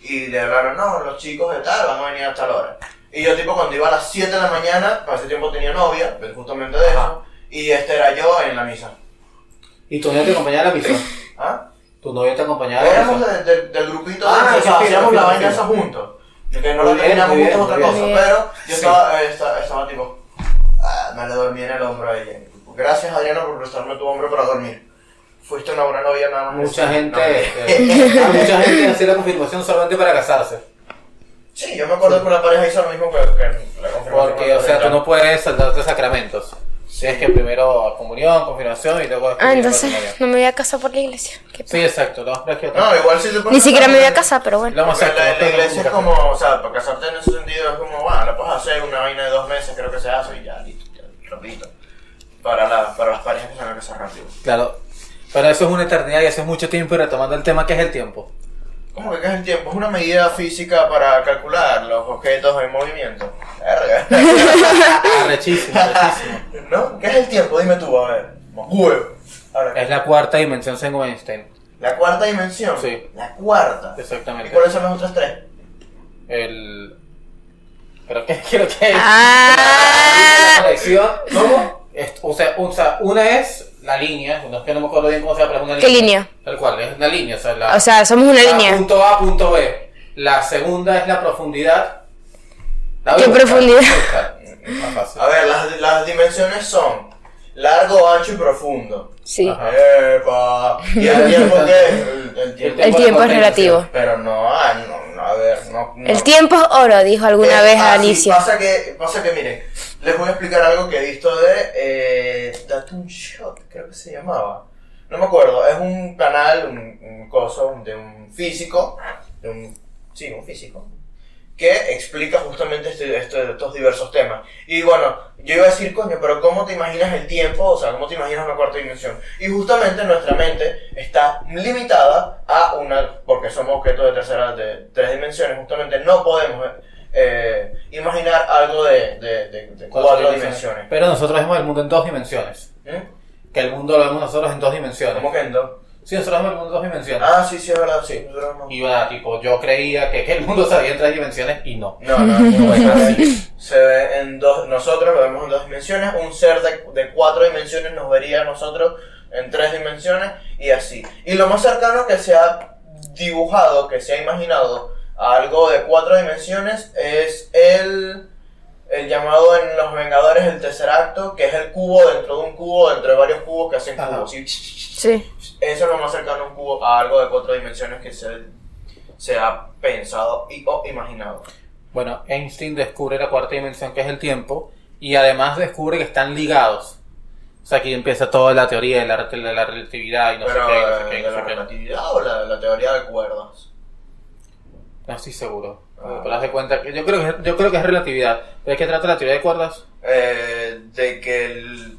Speaker 2: y le hablaron, no, los chicos de tal van a venir a tal hora. Y yo tipo cuando iba a las 7 de la mañana, para ese tiempo tenía novia, pues, justamente de
Speaker 3: Ajá.
Speaker 2: eso, y este era yo en la misa.
Speaker 3: ¿Y tu novia te acompañaba a la misa?
Speaker 2: ¿Ah?
Speaker 3: ¿Tu novia te acompañaba a la
Speaker 2: Éramos
Speaker 3: misa?
Speaker 2: de- de- del grupito de
Speaker 3: Ah,
Speaker 2: ah,
Speaker 3: sí, sí,
Speaker 2: hacíamos
Speaker 3: sí,
Speaker 2: la
Speaker 3: sí,
Speaker 2: vaina
Speaker 3: sí.
Speaker 2: esa juntos. De que no la
Speaker 3: Muy bien,
Speaker 2: terminamos
Speaker 3: muy
Speaker 2: juntos es
Speaker 3: bien,
Speaker 2: otra
Speaker 3: muy
Speaker 2: cosa.
Speaker 4: bien.
Speaker 2: Pero yo
Speaker 3: Sí.
Speaker 2: estaba, eh, esta- estaba tipo, ah, me le dormí en el hombro a ella. Gracias Adriana por prestarme tu hombro para dormir. Fuiste una buena novia nada más.
Speaker 3: Mucha
Speaker 2: Eso.
Speaker 3: gente,
Speaker 2: No.
Speaker 3: *laughs* eh, a mucha gente hacía la confirmación solamente para casarse.
Speaker 2: Sí, yo me acuerdo que una pareja hizo lo mismo que, que la confirmación.
Speaker 3: Porque, o sea, tú no puedes saltarte sacramentos. Tienes que primero comunión, confirmación y luego...
Speaker 4: Ah,
Speaker 3: matrimonio.
Speaker 4: entonces no me voy a casar por la iglesia. Qué
Speaker 3: Sí, exacto. Lo más práctico-
Speaker 2: No, igual si te
Speaker 4: Ni
Speaker 2: pones
Speaker 4: siquiera me voy a
Speaker 2: también-
Speaker 4: casar, pero bueno.
Speaker 3: Lo más
Speaker 2: Porque
Speaker 3: exacto,
Speaker 2: la,
Speaker 3: no
Speaker 2: la
Speaker 3: tengo
Speaker 2: iglesia es
Speaker 3: nunca.
Speaker 2: como, o sea, para casarte en ese sentido es como, bueno, la puedes hacer una vaina de dos meses, creo que se hace y ya, listo, ya, rapidito. Para, la, para las parejas que se van a casar rápido.
Speaker 3: Claro, pero eso es una eternidad y hace mucho tiempo y retomando el tema que es el tiempo.
Speaker 2: ¿Cómo que qué es el tiempo? Es una medida física para calcular los objetos en movimiento. Verga. *laughs*
Speaker 3: Arrechísimo, arrechísimo.
Speaker 2: ¿No? ¿Qué es el tiempo? Dime tú, a ver. Huevo. Ahora,
Speaker 3: Es la cuarta dimensión según Einstein.
Speaker 2: la cuarta dimensión.
Speaker 3: Sí.
Speaker 2: La cuarta. ¿Y
Speaker 3: Exactamente.
Speaker 2: cuáles son las otras tres?
Speaker 3: El... ¿Pero qué *laughs* quiero que es? La
Speaker 4: Ah,
Speaker 3: conexión. ¿Cómo? Es- O sea, o sea, una es la línea, no es que no me acuerdo bien cómo se llama, pero es una
Speaker 4: ¿Qué
Speaker 3: línea.
Speaker 4: línea?
Speaker 3: Tal cual, es una línea. O sea, la,
Speaker 4: o sea, somos una
Speaker 3: la
Speaker 4: línea.
Speaker 3: Punto A, punto B. La segunda es la profundidad. La
Speaker 4: ¿Qué
Speaker 3: voy a buscar, la
Speaker 4: profundidad?
Speaker 3: voy a buscar, es más fácil.
Speaker 2: A ver, las, las dimensiones son largo, ancho y profundo.
Speaker 4: Sí.
Speaker 3: Ajá.
Speaker 2: ¡Epa! ¿Y el tiempo qué? El, el tiempo.
Speaker 4: El tiempo es relativo.
Speaker 2: Pero no, ah, no, no, a ver, no. no.
Speaker 4: El tiempo es oro, dijo alguna
Speaker 2: Eh,
Speaker 4: vez
Speaker 2: ah, sí,
Speaker 4: Alicia.
Speaker 2: pasa, que, pasa que, miren, les voy a explicar algo que he visto de eh, Date un Shot, creo que se llamaba. No me acuerdo, es un canal, un, un coso un- de un físico, de un, sí, un físico, que explica justamente este- este- estos diversos temas. Y bueno, yo iba a decir, coño, pero ¿cómo te imaginas el tiempo? O sea, ¿cómo te imaginas una cuarta dimensión? Y justamente nuestra mente está limitada a una, porque somos objetos de, tercera, de tres dimensiones, justamente no podemos eh, imaginar algo de, de- de- de cuatro, dimensiones.
Speaker 3: Pero nosotros vemos el mundo en dos dimensiones.
Speaker 2: ¿Mm?
Speaker 3: Que el mundo lo vemos nosotros en dos dimensiones.
Speaker 2: ¿Cómo que en dos?
Speaker 3: Sí, nosotros vemos el mundo en dos dimensiones.
Speaker 2: Ah, sí, sí, es verdad, sí. Nosotros no.
Speaker 3: Y bueno, tipo, yo creía que, que el mundo salía en tres dimensiones y no.
Speaker 2: No, no, es muy buena. Se ve- Se ve en dos, nosotros lo vemos en dos dimensiones, un ser de, de cuatro dimensiones nos vería a nosotros en tres dimensiones y así. Y lo más cercano que se ha dibujado, que se ha imaginado a algo de cuatro dimensiones es el, el llamado en Los Vengadores el tercer acto, que es el cubo dentro de un cubo, dentro de varios cubos que hacen
Speaker 3: Ajá.
Speaker 2: cubos. y-
Speaker 4: Sí.
Speaker 2: eso es lo más cercano a un cubo, a algo de cuatro dimensiones que se, se ha pensado y o imaginado.
Speaker 3: Bueno, Einstein descubre la cuarta dimensión que es el tiempo y además descubre que están ligados. O sea, aquí empieza toda la teoría de la, rel- de la relatividad y no
Speaker 2: Pero
Speaker 3: sé qué, no sé
Speaker 2: eh,
Speaker 3: qué,
Speaker 2: de
Speaker 3: no
Speaker 2: la
Speaker 3: sé qué.
Speaker 2: relatividad o la, la teoría de cuerdas.
Speaker 3: No estoy seguro.
Speaker 2: Ah.
Speaker 3: Pero haz de cuenta que yo creo que es- yo creo que es relatividad. ¿Pero es que trata la teoría de cuerdas?
Speaker 2: Eh, de que el...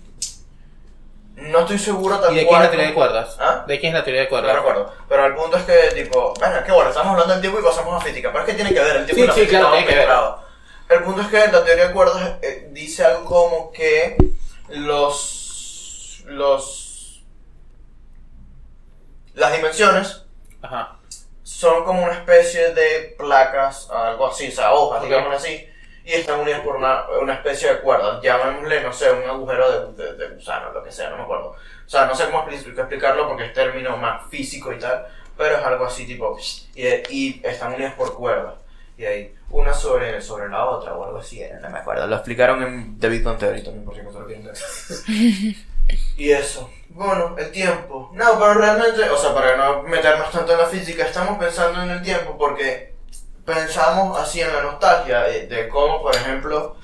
Speaker 2: No estoy seguro
Speaker 3: ¿Y
Speaker 2: tampoco.
Speaker 3: de quién es la teoría de cuerdas?
Speaker 2: ¿Ah?
Speaker 3: ¿De quién es la teoría de
Speaker 2: No
Speaker 3: cuerdas?
Speaker 2: recuerdo. Pero el punto es que, tipo, bueno, es que bueno, estamos hablando del tiempo y pasamos a física. Pero es que tiene que ver, el tiempo
Speaker 3: Sí,
Speaker 2: y la
Speaker 3: sí,
Speaker 2: física
Speaker 3: claro,
Speaker 2: van
Speaker 3: tiene que ver.
Speaker 2: mezclados. El punto es que la teoría de cuerdas eh, dice algo como que los. los. las dimensiones
Speaker 3: Ajá.
Speaker 2: son como una especie de placas, algo así, o sea, hojas,
Speaker 3: Ok.
Speaker 2: digamos así, y están unidas por una, una especie de cuerda, llamémosle, no sé, un agujero de, de, de gusano, lo que sea, no me acuerdo. O sea, no sé cómo expli- explicarlo porque es término más físico y tal, pero es algo así tipo, y, y están unidas por cuerdas. Y ahí, una sobre, sobre la otra o algo así, era, no me acuerdo. Lo explicaron en The Big Bang Theory también, por si acaso lo quieren ver. Y eso. Bueno, el tiempo. No, pero realmente, o sea, para no meternos tanto en la física, estamos pensando en el tiempo porque pensamos así en la nostalgia de, de cómo, por ejemplo,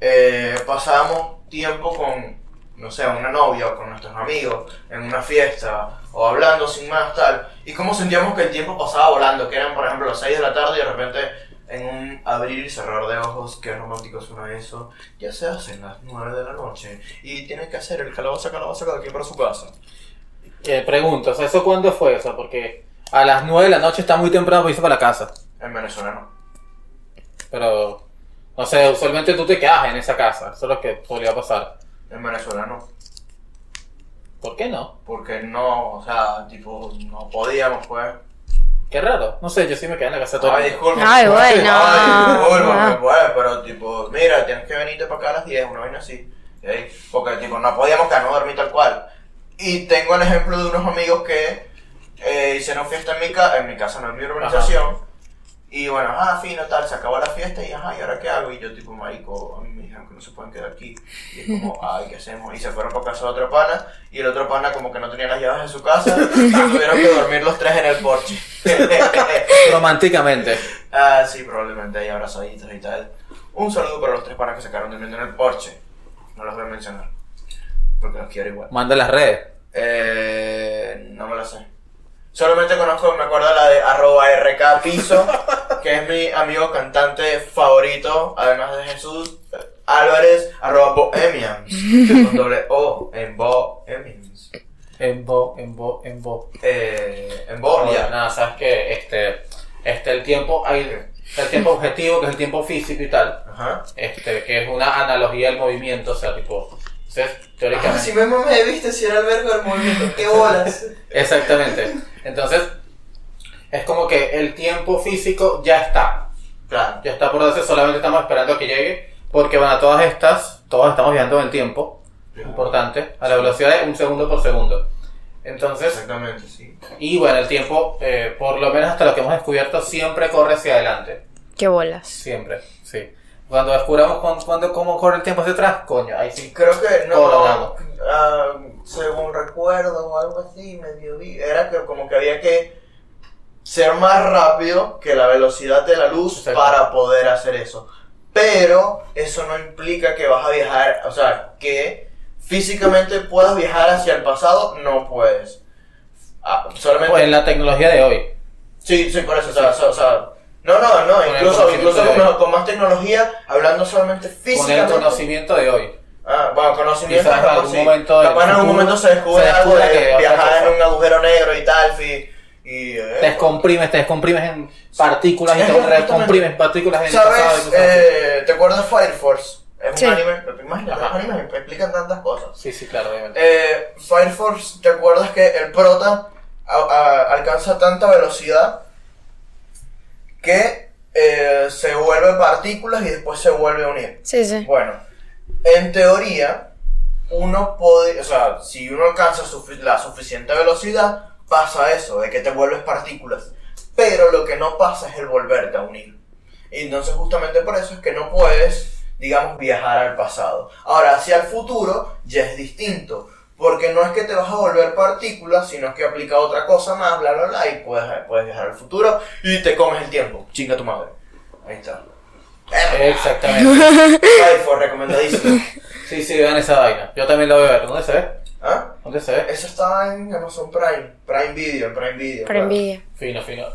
Speaker 2: eh, pasábamos tiempo con, no sé, una novia o con nuestros amigos en una fiesta o hablando sin más tal. Y cómo sentíamos que el tiempo pasaba volando, que eran, por ejemplo, las 6 de la tarde y de repente en un abrir y cerrar de ojos, qué romántico suena eso. Ya se hacen las 9 de la noche y tienen que hacer el calabaza, calabaza cada quien para su casa.
Speaker 3: Eh, pregunto, o sea, ¿eso cuándo fue? O sea, porque a las 9 de la noche está muy temprano para irse para la casa.
Speaker 2: En Venezuela no.
Speaker 3: Pero, no sé, usualmente tú te quedas en esa casa. Eso es lo que solía pasar.
Speaker 2: En Venezuela no.
Speaker 3: ¿Por qué no?
Speaker 2: Porque no, o sea, tipo, no podíamos, pues.
Speaker 3: Qué raro. No sé, yo sí me quedé en la casa todo el
Speaker 2: Ay,
Speaker 3: día.
Speaker 2: disculpa.
Speaker 4: Ay, bueno.
Speaker 2: Ay, disculpa,
Speaker 4: Ah.
Speaker 2: pues, pero tipo, mira, tienes que venirte para acá a las 10, una vaina así. ¿sí? Porque tipo, no podíamos que no dormir tal cual. Y tengo el ejemplo de unos amigos que eh, hicieron fiesta en mi casa, en mi casa, no en mi urbanización. Y bueno, ah, fino, tal, se acabó la fiesta y ajá, ¿y ahora qué hago? Y yo tipo, marico, a mí me dijeron que no se pueden quedar aquí. Y es
Speaker 4: *laughs*
Speaker 2: como, ay, ¿qué hacemos? Y se fueron para casa de otro pana y el otro pana como que no tenía las llaves de su casa y tuvieron que dormir los tres en el
Speaker 4: *laughs*
Speaker 2: porche.
Speaker 3: *laughs* Románticamente.
Speaker 2: Ah, sí, probablemente hay abrazaditos y tal. Un saludo para los tres panas que se quedaron durmiendo en el porche. No los voy a mencionar. Porque los quiero igual.
Speaker 3: Manda las redes.
Speaker 2: Eh, no me lo sé. Solamente conozco, me acuerdo la de arroba RK Piso, que es mi amigo cantante favorito, además de Jesús eh, Álvarez, arroba Bohemians, con doble O, en Bohemians.
Speaker 3: En bo, en bo, en bo.
Speaker 2: Eh, en Bohemia.
Speaker 3: nada, sabes que este, este, el tiempo, hay, el tiempo objetivo, que es el tiempo físico y tal,
Speaker 2: Ajá.
Speaker 3: este, que es una analogía del movimiento, o sea, tipo, entonces,
Speaker 2: Ah,
Speaker 3: teóricamente.
Speaker 2: si me me viste, si era el vergo del movimiento, qué bolas.
Speaker 3: Exactamente. Entonces, es como que el tiempo físico ya está.
Speaker 2: Claro.
Speaker 3: Ya está por darse, solamente estamos esperando a que llegue. Porque van a todas estas, todos estamos viajando en el tiempo. Importante. A la velocidad de un segundo por segundo. Entonces,
Speaker 2: Exactamente, sí.
Speaker 3: y bueno, el tiempo, eh, por lo menos hasta lo que hemos descubierto, siempre corre hacia adelante.
Speaker 4: Qué bolas.
Speaker 3: Siempre, sí. Cuando descubramos con- cuando- cómo corre el tiempo hacia atrás, coño, ahí sí.
Speaker 2: Creo que no.
Speaker 3: Coronado.
Speaker 2: ah, según recuerdo o algo así, medio vi. Era que como que había que ser más rápido que la velocidad de la luz
Speaker 3: Exacto.
Speaker 2: para poder hacer eso. Pero eso no implica que vas a viajar, o sea, que físicamente puedas viajar hacia el pasado, no puedes. Ah, solamente
Speaker 3: Pues en la tecnología de hoy.
Speaker 2: Sí, sí, por eso, o sea, o sea, o sea, No, no, no,
Speaker 3: el
Speaker 2: incluso,
Speaker 3: conocimiento
Speaker 2: incluso
Speaker 3: de
Speaker 2: con,
Speaker 3: hoy.
Speaker 2: con más tecnología, hablando solamente
Speaker 3: Con el
Speaker 2: físicamente.
Speaker 3: conocimiento de hoy.
Speaker 2: Ah, bueno, conocimiento
Speaker 3: Quizás en
Speaker 2: capaz
Speaker 3: algún
Speaker 2: sí.
Speaker 3: momento del
Speaker 2: Capaz en algún
Speaker 3: futuro
Speaker 2: momento se descubre,
Speaker 3: se descubre
Speaker 2: algo
Speaker 3: que
Speaker 2: de
Speaker 3: otra
Speaker 2: viajar en
Speaker 3: cosa.
Speaker 2: un agujero negro y tal, fi- y... eh,
Speaker 3: Te descomprimes, te descomprimes en partículas y
Speaker 2: Es
Speaker 3: te
Speaker 2: justamente-
Speaker 3: descomprimes en partículas en el pasado y
Speaker 2: ¿Sabes?
Speaker 3: cosas así.
Speaker 2: Eh, ¿Te acuerdas Fire Force? Es un
Speaker 4: Sí.
Speaker 2: anime, imagínate, los
Speaker 3: Ajá.
Speaker 2: animes explican tantas cosas.
Speaker 3: Sí, sí, claro, obviamente.
Speaker 2: Eh, Fire Force, ¿te acuerdas que el prota a- a- alcanza tanta velocidad que eh, se vuelve partículas y después se vuelve a unir?
Speaker 4: Sí, sí.
Speaker 2: Bueno, en teoría, uno puede, o sea, si uno alcanza sufi- la suficiente velocidad, pasa eso, de que te vuelves partículas. Pero lo que no pasa es el volverte a unir. Y entonces justamente por eso es que no puedes, digamos, viajar al pasado. Ahora, hacia el futuro ya es distinto. Porque no es que te vas a volver partículas, sino que aplica otra cosa más, bla, bla, bla, y puedes, puedes viajar al futuro y te comes el tiempo. Chinga tu madre. Ahí está. eh,
Speaker 3: Exactamente.
Speaker 2: Ay, fue recomendadísimo.
Speaker 3: Sí, sí, vean esa vaina. Yo también la voy a ver. ¿Dónde se ve?
Speaker 2: ¿Ah?
Speaker 3: ¿Dónde se ve?
Speaker 2: Eso está en Amazon Prime, Prime Video, Prime Video.
Speaker 4: Por
Speaker 2: claro.
Speaker 4: envidia.
Speaker 3: Fino, fino.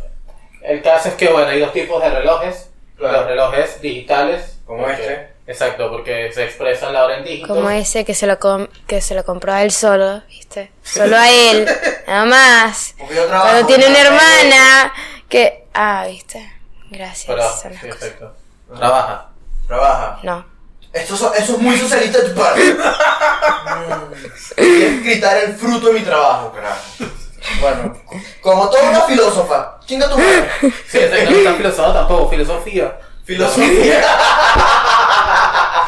Speaker 3: El caso es que, bueno, hay dos tipos de relojes.
Speaker 2: Claro.
Speaker 3: Los relojes digitales.
Speaker 2: Como
Speaker 3: porque-
Speaker 2: este.
Speaker 3: Exacto, porque se expresan la hora en dígitos.
Speaker 4: Como este, ese que se lo com- que se lo compró a él solo, ¿viste? Solo a él, nada más.
Speaker 2: Porque yo trabajo.
Speaker 4: Cuando tiene una
Speaker 2: yo trabajo-
Speaker 4: hermana que ah, ¿viste? Gracias.
Speaker 3: Pero, ah,
Speaker 4: son las
Speaker 3: sí,
Speaker 4: cosas.
Speaker 3: exacto. Trabaja.
Speaker 2: Trabaja.
Speaker 4: No.
Speaker 2: Esto so- eso es muy socialista de tu parte. Mm, Quieres gritar el fruto de mi trabajo, carajo. Bueno, como toda una filósofa. Chinga tu madre. *laughs*
Speaker 3: Sí, exacto, no está filosofado tampoco. Filosofía.
Speaker 2: Filosofía.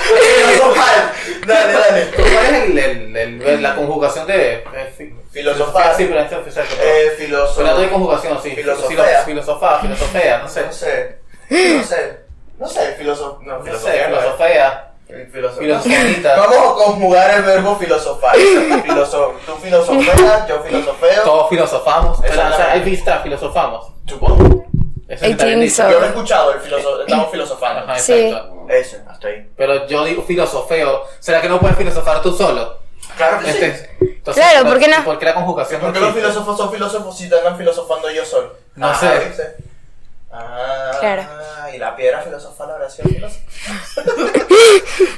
Speaker 2: Filosofal. Dale, dale.
Speaker 3: ¿Cuál es el, el- el- la conjugación de. eh, fi-
Speaker 2: Filosofal.
Speaker 3: Sí, pero esto es exacto.
Speaker 2: Eh,
Speaker 3: Pero no hay
Speaker 2: filósofo.
Speaker 3: conjugación, sí.
Speaker 2: Filosofea.
Speaker 3: Filo- Filosofía, filosofía, no sé.
Speaker 2: No sé. No sé. No sé, filósofo. No,
Speaker 3: No sé,
Speaker 2: filosofía. no es.
Speaker 3: filosofía.
Speaker 2: Filosofía.
Speaker 3: Filosofita.
Speaker 2: Vamos a conjugar el verbo filosofar. Filoso- tú filosofeas, yo filosofeo.
Speaker 3: Todos filosofamos. Pero, o sea, hay
Speaker 2: Exactamente.
Speaker 3: vista, filosofamos.
Speaker 2: Supongo.
Speaker 3: Eso está
Speaker 4: Eighteen
Speaker 3: bien dicho.
Speaker 4: so-
Speaker 2: Yo lo he escuchado, el filoso- estamos filosofando.
Speaker 3: Ajá,
Speaker 4: Sí.
Speaker 3: exacto.
Speaker 2: Eso, hasta ahí.
Speaker 3: Pero yo digo filosofeo. ¿Será que no puedes filosofar tú solo?
Speaker 2: Claro que
Speaker 3: Este,
Speaker 2: sí.
Speaker 3: entonces,
Speaker 4: Claro, ¿por qué no?
Speaker 3: ¿Por qué la conjugación
Speaker 2: ¿Por qué
Speaker 3: no
Speaker 2: los
Speaker 3: existe?
Speaker 2: filósofos son filósofos si te andan filosofando yo solo?
Speaker 3: No
Speaker 2: Ah,
Speaker 3: sé.
Speaker 2: ¿viste? Ah,
Speaker 4: Claro.
Speaker 2: y la piedra filosofa, la oración
Speaker 3: *laughs*
Speaker 2: filósofa.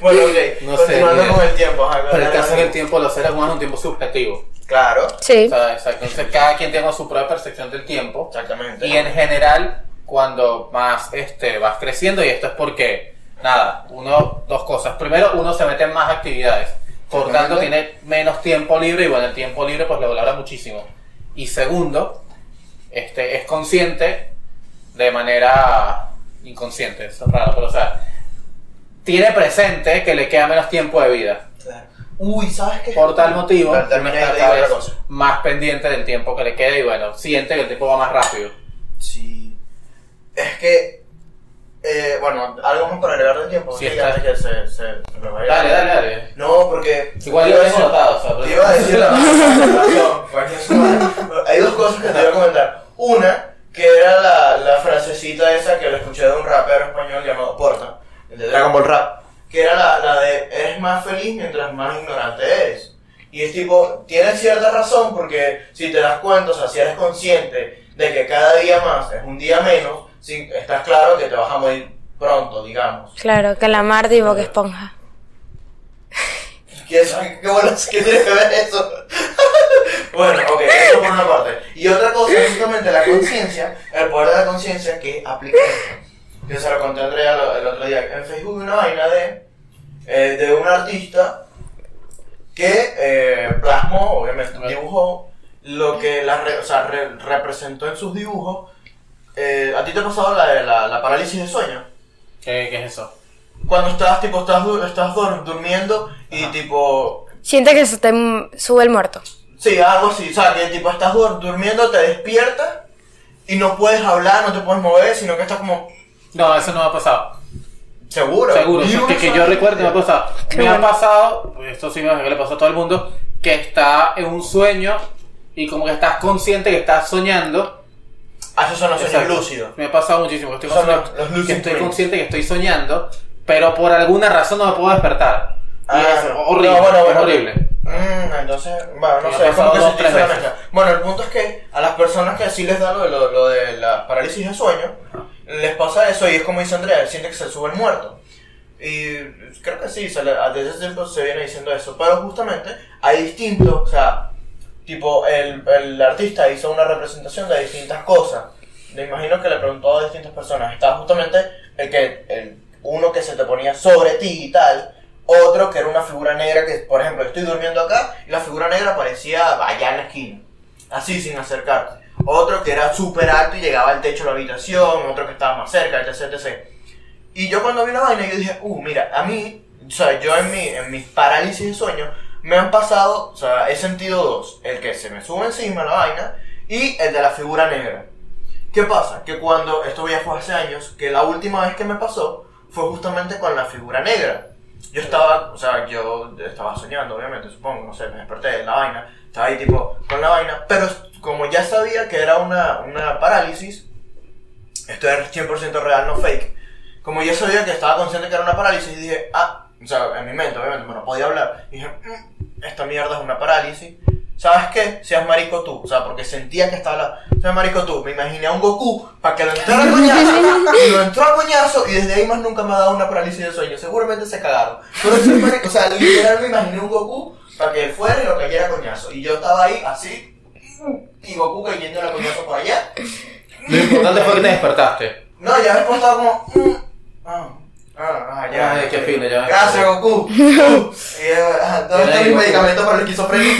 Speaker 2: bueno, ok.
Speaker 3: No sé,
Speaker 2: Continuando
Speaker 3: mira.
Speaker 2: con el tiempo. ajá,
Speaker 3: Pero el
Speaker 2: dale,
Speaker 3: caso
Speaker 2: dale.
Speaker 3: del tiempo, los seres humanos es un tiempo subjetivo.
Speaker 2: Claro,
Speaker 3: O
Speaker 4: Sí.
Speaker 3: sea, exacto. Entonces, cada quien tiene su propia percepción del tiempo.
Speaker 2: exactamente.
Speaker 3: Y en general, cuando más este, vas creciendo, y esto es porque, nada, uno, dos cosas. Primero, uno se mete en más actividades. Por tanto, tiene menos tiempo libre y bueno, el tiempo libre pues lo valora muchísimo. Y segundo, este, es consciente de manera inconsciente, eso es raro, pero o sea, tiene presente que le queda menos tiempo de vida.
Speaker 2: Claro. Uy, ¿sabes qué?
Speaker 3: Por tal motivo,
Speaker 2: Tal- tal-
Speaker 3: uno
Speaker 2: ya
Speaker 3: está
Speaker 2: te
Speaker 3: cada
Speaker 2: digo
Speaker 3: vez
Speaker 2: otra cosa.
Speaker 3: más pendiente del tiempo que le queda y bueno, siente que el tiempo va más rápido.
Speaker 2: Sí. Es que. eh, bueno, algo más para agregar del tiempo.
Speaker 3: Sí,
Speaker 2: Sí,
Speaker 3: está.
Speaker 2: antes que se, se, se me vaya.
Speaker 3: Dale, dale, dale.
Speaker 2: No, porque.
Speaker 3: Igual
Speaker 2: te iba a
Speaker 3: yo lo he
Speaker 2: decir-
Speaker 3: notado, o sea,
Speaker 2: Te
Speaker 3: pero-
Speaker 2: iba a decir
Speaker 3: *laughs*
Speaker 2: la razón, coño, su madre. Hay dos cosas que te voy a comentar. Una, que era la, la frasecita esa que la escuché de un rapero español llamado Porta, el de Dragon Ball Rap, que era la, la de eres más feliz mientras más ignorante eres. Y es tipo, tiene cierta razón porque si te das cuenta, o sea, si eres consciente de que cada día más es un día menos, sí, estás claro que te vas a morir pronto, digamos.
Speaker 4: Claro, calamardo y boca esponja.
Speaker 2: ¿Qué, es- qué, bueno, ¿Qué tiene que ver eso? *laughs* bueno, ok, eso por una parte. Y otra cosa es justamente la conciencia, el poder de la conciencia que aplica esto. Yo se lo conté a Andrea lo- el otro día. En Facebook vi una vaina de, eh, de un artista que eh, plasmó, obviamente, dibujó lo que la re- o sea, re- representó en sus dibujos. Eh, ¿A ti te ha pasado la, de la, la parálisis de sueño?
Speaker 3: ¿Qué, qué es eso?
Speaker 2: Cuando estás, tipo, estás, du- estás dur- durmiendo y, tipo,
Speaker 4: Siente que se te m- sube el muerto.
Speaker 2: Sí, algo así, o sea, que tipo estás dur- durmiendo, te despiertas y no puedes hablar, no te puedes mover, sino que estás como
Speaker 3: No, eso no me ha pasado.
Speaker 2: seguro.
Speaker 3: Seguro,
Speaker 2: Y
Speaker 3: eso
Speaker 2: uno
Speaker 3: que, que
Speaker 2: sabe-
Speaker 3: yo recuerdo me ha pasado.
Speaker 4: Qué
Speaker 3: Me ha
Speaker 4: bueno.
Speaker 3: pasado, esto sí me imagino que le pasó a todo el mundo, que está en un sueño y como que estás consciente que estás soñando.
Speaker 2: Ah, esos son los sueños
Speaker 3: Exacto.
Speaker 2: lúcidos.
Speaker 3: Me ha pasado muchísimo. que Estoy,
Speaker 2: Son
Speaker 3: consciente,
Speaker 2: los- los lucid
Speaker 3: que estoy
Speaker 2: dreams.
Speaker 3: consciente que estoy soñando, pero por alguna razón no me puedo despertar. Y
Speaker 2: Ah,
Speaker 3: es
Speaker 2: no.
Speaker 3: horrible.
Speaker 2: No, bueno, bueno. *laughs*
Speaker 3: es horrible.
Speaker 2: Mm, entonces, bueno, no
Speaker 3: Me ha
Speaker 2: sé, es como
Speaker 3: pasado
Speaker 2: que
Speaker 3: dos,
Speaker 2: se
Speaker 3: tres
Speaker 2: hizo la
Speaker 3: veces.
Speaker 2: mezcla. Bueno, el punto es que a las personas que sí les da lo de, lo, lo de la parálisis de sueño, les pasa eso y es como dice Andrea, siente que se sube el muerto. Y creo que sí, se le- desde ese tiempo se viene diciendo eso. Pero justamente hay distintos, o sea, tipo, el, el artista hizo una representación de distintas cosas. Me imagino que le preguntó a distintas personas. Estaba justamente el que, el, uno que se te ponía sobre ti y tal. Otro que era una figura negra que, por ejemplo, estoy durmiendo acá y la figura negra aparecía allá en la esquina. Así, sin acercarte. Otro que era súper alto y llegaba al techo de la habitación. Otro que estaba más cerca, etc, etc. Y yo cuando vi la vaina, yo dije, uh, mira, a mí, o sea, yo en, mi, en mis parálisis de sueño, me han pasado, o sea, he sentido dos. El que se me sube encima la vaina y el de la figura negra. ¿Qué pasa? Que cuando, esto ya fue hace años, que la última vez que me pasó fue justamente con la figura negra. Yo estaba, o sea, yo estaba soñando, obviamente, supongo, no sé, me desperté de la vaina, estaba ahí tipo con la vaina, pero como ya sabía que era una, una parálisis, esto es 100% real, no fake, como yo sabía que estaba consciente que era una parálisis, dije, ah, o sea, en mi mente, obviamente, no podía hablar. Dije, "Mm, esta mierda es una parálisis. ¿Sabes qué? Seas marico tú. O sea, porque sentía que estaba la. Seas marico tú. Me imaginé a un Goku para que lo entrara al coñazo. Y lo entró al coñazo. Y desde ahí más nunca me ha dado una parálisis de sueño. Seguramente se cagaron. Pero soy marico. O sea, literal me imaginé un Goku para que él fuera y lo cayera a coñazo. Y yo estaba ahí así. Y Goku cayendo a coñazo por allá.
Speaker 3: Lo importante fue que te despertaste.
Speaker 2: No, ya después estaba como. mm, ah, ah, ah, ya.
Speaker 3: Ay, qué fino, ya me
Speaker 2: Gracias,
Speaker 3: acordé. *laughs*
Speaker 2: Goku. y, eh, ah, ¿Dónde está
Speaker 3: Era
Speaker 2: mi
Speaker 3: Goku.
Speaker 2: medicamento para el
Speaker 3: *laughs*
Speaker 2: esquizofrenia?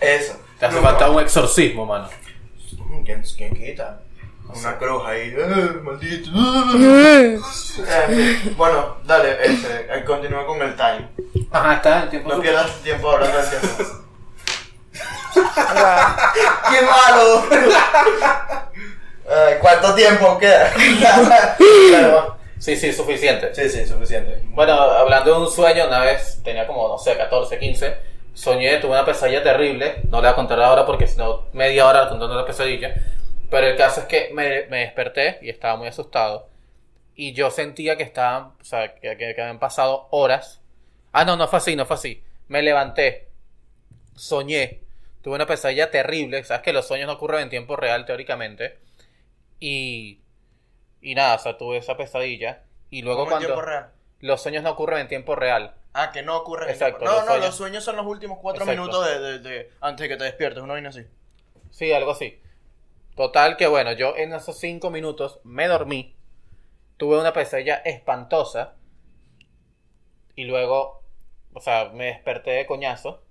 Speaker 2: Eso.
Speaker 3: Te hace
Speaker 2: No,
Speaker 3: falta un exorcismo, mano.
Speaker 2: mm, ¿Quién, quién quita? Una cruz ahí. eh, maldito. Eh, en fin. bueno, dale, este, eh, continúa con el time.
Speaker 3: Ajá, está el tiempo.
Speaker 2: No pierdas tu tiempo hablando del *laughs* tiempo. ¡Qué *laughs* malo! Ay, ¿Cuánto tiempo *laughs* queda? Claro, va.
Speaker 3: Sí, sí, suficiente.
Speaker 2: Sí, sí, suficiente.
Speaker 3: Bueno, hablando de un sueño, una vez tenía como, no sé, 14, 15. Soñé, tuve una pesadilla terrible. No la voy a contar ahora porque si no, media hora contando la pesadilla. Pero el caso es que me, me desperté y estaba muy asustado. Y yo sentía que estaban, o sea, que, que- que habían pasado horas. Ah, no, no fue así, no fue así. Me levanté, soñé, tuve una pesadilla terrible. Sabes que los sueños no ocurren en tiempo real, teóricamente. Y, y nada, o sea, tuve esa pesadilla. Y luego
Speaker 2: ¿Cómo en
Speaker 3: cuando
Speaker 2: tiempo real?
Speaker 3: los sueños no ocurren en tiempo real.
Speaker 2: Ah, que no ocurre. en
Speaker 3: Exacto,
Speaker 2: tiempo- No,
Speaker 3: los
Speaker 2: no,
Speaker 3: sueños.
Speaker 2: los sueños son los últimos cuatro
Speaker 3: Exacto.
Speaker 2: minutos de, de- de- antes de que te despiertes. Una vaina así.
Speaker 3: Sí, algo así. Total que bueno, yo en esos cinco minutos me dormí, tuve una pesadilla espantosa y luego, o sea, me desperté de coñazo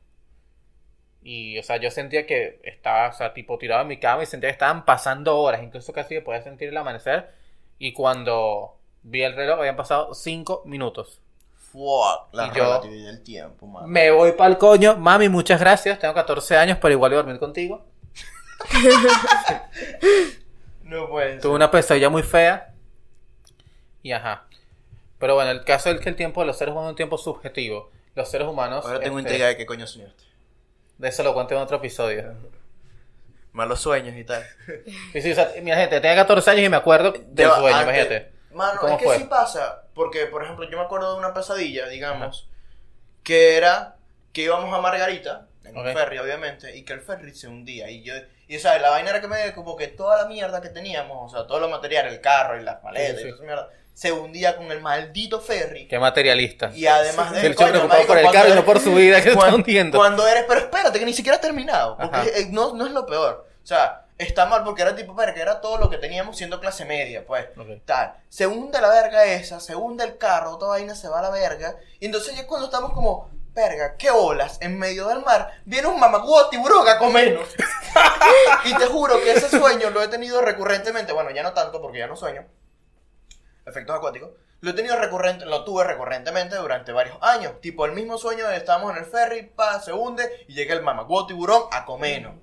Speaker 3: y, o sea, yo sentía que estaba, o sea, tipo tirado en mi cama y sentía que estaban pasando horas, incluso casi que podía sentir el amanecer y cuando vi el reloj habían pasado cinco minutos.
Speaker 2: Fuck. La
Speaker 3: Y yo-
Speaker 2: relatividad del tiempo, man.
Speaker 3: Me voy para el coño, mami, muchas gracias, tengo 14 años, pero igual voy a dormir contigo.
Speaker 2: No puede ser.
Speaker 3: Tuve una pesadilla muy fea. Y ajá. Pero bueno, el caso es que el tiempo de los seres humanos es un tiempo subjetivo. Los seres humanos.
Speaker 2: Ahora tengo
Speaker 3: este,
Speaker 2: intriga de qué coño soñaste.
Speaker 3: De eso lo cuento en otro episodio.
Speaker 2: Malos sueños y tal.
Speaker 3: Y sí, o sea, mira, gente, tenía 14 años y me acuerdo del
Speaker 2: Ya va, ah,
Speaker 3: sueño,
Speaker 2: antes-
Speaker 3: imagínate.
Speaker 2: Mano,
Speaker 3: ¿Cómo
Speaker 2: es que
Speaker 3: fue?
Speaker 2: sí pasa. Porque, por ejemplo, yo me acuerdo de una pesadilla, digamos, que era que íbamos a Margarita, en
Speaker 3: Ok.
Speaker 2: un ferry, obviamente, y que el ferry se hundía. Y yo, y o sea, la vaina era que me como que toda la mierda que teníamos, o sea, todo lo material, el carro y las maletas
Speaker 3: Sí, sí.
Speaker 2: y toda esa mierda, se hundía con el maldito ferry.
Speaker 3: Qué materialista.
Speaker 2: Y además de
Speaker 3: el chico
Speaker 2: coño,
Speaker 3: preocupado
Speaker 2: marico,
Speaker 3: por el
Speaker 2: cuando
Speaker 3: carro y no
Speaker 2: eres-
Speaker 3: por su vida, que se está
Speaker 2: cuan-
Speaker 3: hundiendo.
Speaker 2: Cuando eres, pero espérate, que ni siquiera has terminado.
Speaker 3: Ajá.
Speaker 2: Porque eh, no, no es lo peor. O sea, está mal porque era tipo, verga, era todo lo que teníamos siendo clase media, pues.
Speaker 3: Ok.
Speaker 2: Tal. Se hunde la verga esa, se hunde el carro, toda vaina se va a la verga. Y entonces ya cuando estamos como, verga, qué olas, en medio del mar, viene un mamagüo tiburón a
Speaker 3: *laughs*
Speaker 2: comernos. y te juro que ese sueño lo he tenido recurrentemente. Bueno, ya no tanto porque ya no sueño. Efectos acuáticos. Lo he tenido recurrente, lo tuve recurrentemente durante varios años. Tipo el mismo sueño de estábamos en el ferry, pa, se hunde y llega el mamagüo tiburón a comernos.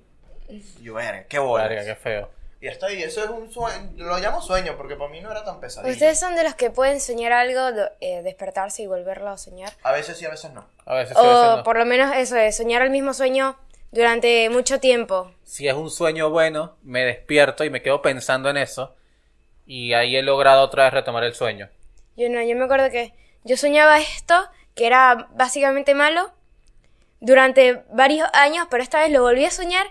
Speaker 2: Y yo, verga, qué bolas.
Speaker 3: Verga, qué feo.
Speaker 2: Y hasta ahí, eso es un sueño, lo llamo sueño porque para mí no era tan pesadilla.
Speaker 4: ¿Ustedes son de los que pueden soñar algo, do- eh, despertarse y volverlo a soñar?
Speaker 2: A veces sí, a veces no.
Speaker 3: A veces sí, a veces
Speaker 4: O
Speaker 3: no.
Speaker 4: Oh, por lo menos eso de soñar el mismo sueño durante mucho tiempo.
Speaker 3: Si es un sueño bueno, me despierto y me quedo pensando en eso. Y ahí he logrado otra vez retomar el sueño.
Speaker 4: Yo no, yo me acuerdo que yo soñaba esto, que era básicamente malo, durante varios años, pero esta vez lo volví a soñar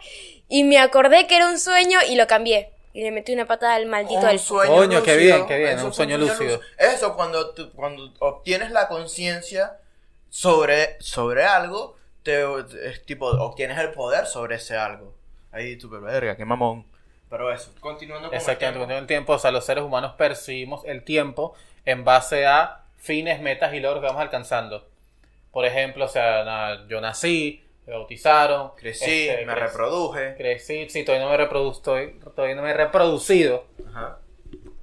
Speaker 4: y me acordé que era un sueño y lo cambié. y le metí una patada al maldito
Speaker 2: Un
Speaker 4: del
Speaker 2: sueño
Speaker 3: Coño, qué
Speaker 2: lúcido.
Speaker 3: bien, qué bien,
Speaker 2: Eso
Speaker 3: un
Speaker 2: fue
Speaker 3: sueño lúcido.
Speaker 2: Eso, cuando, tú- cuando obtienes la conciencia sobre, sobre algo, te, es tipo, obtienes el poder sobre ese algo. Ahí tú, pero verga, qué mamón. Pero eso, continuando con
Speaker 3: Exactamente,
Speaker 2: el tema.
Speaker 3: con el tiempo, o sea, los seres humanos percibimos el tiempo en base a fines, metas y logros que vamos alcanzando. Por ejemplo, o sea, na- yo nací, me bautizaron,
Speaker 2: Crecí,
Speaker 3: este,
Speaker 2: me
Speaker 3: cre-
Speaker 2: reproduje.
Speaker 3: Crecí, sí, todavía no me reprodu- estoy- todavía no me he reproducido.
Speaker 2: Ajá.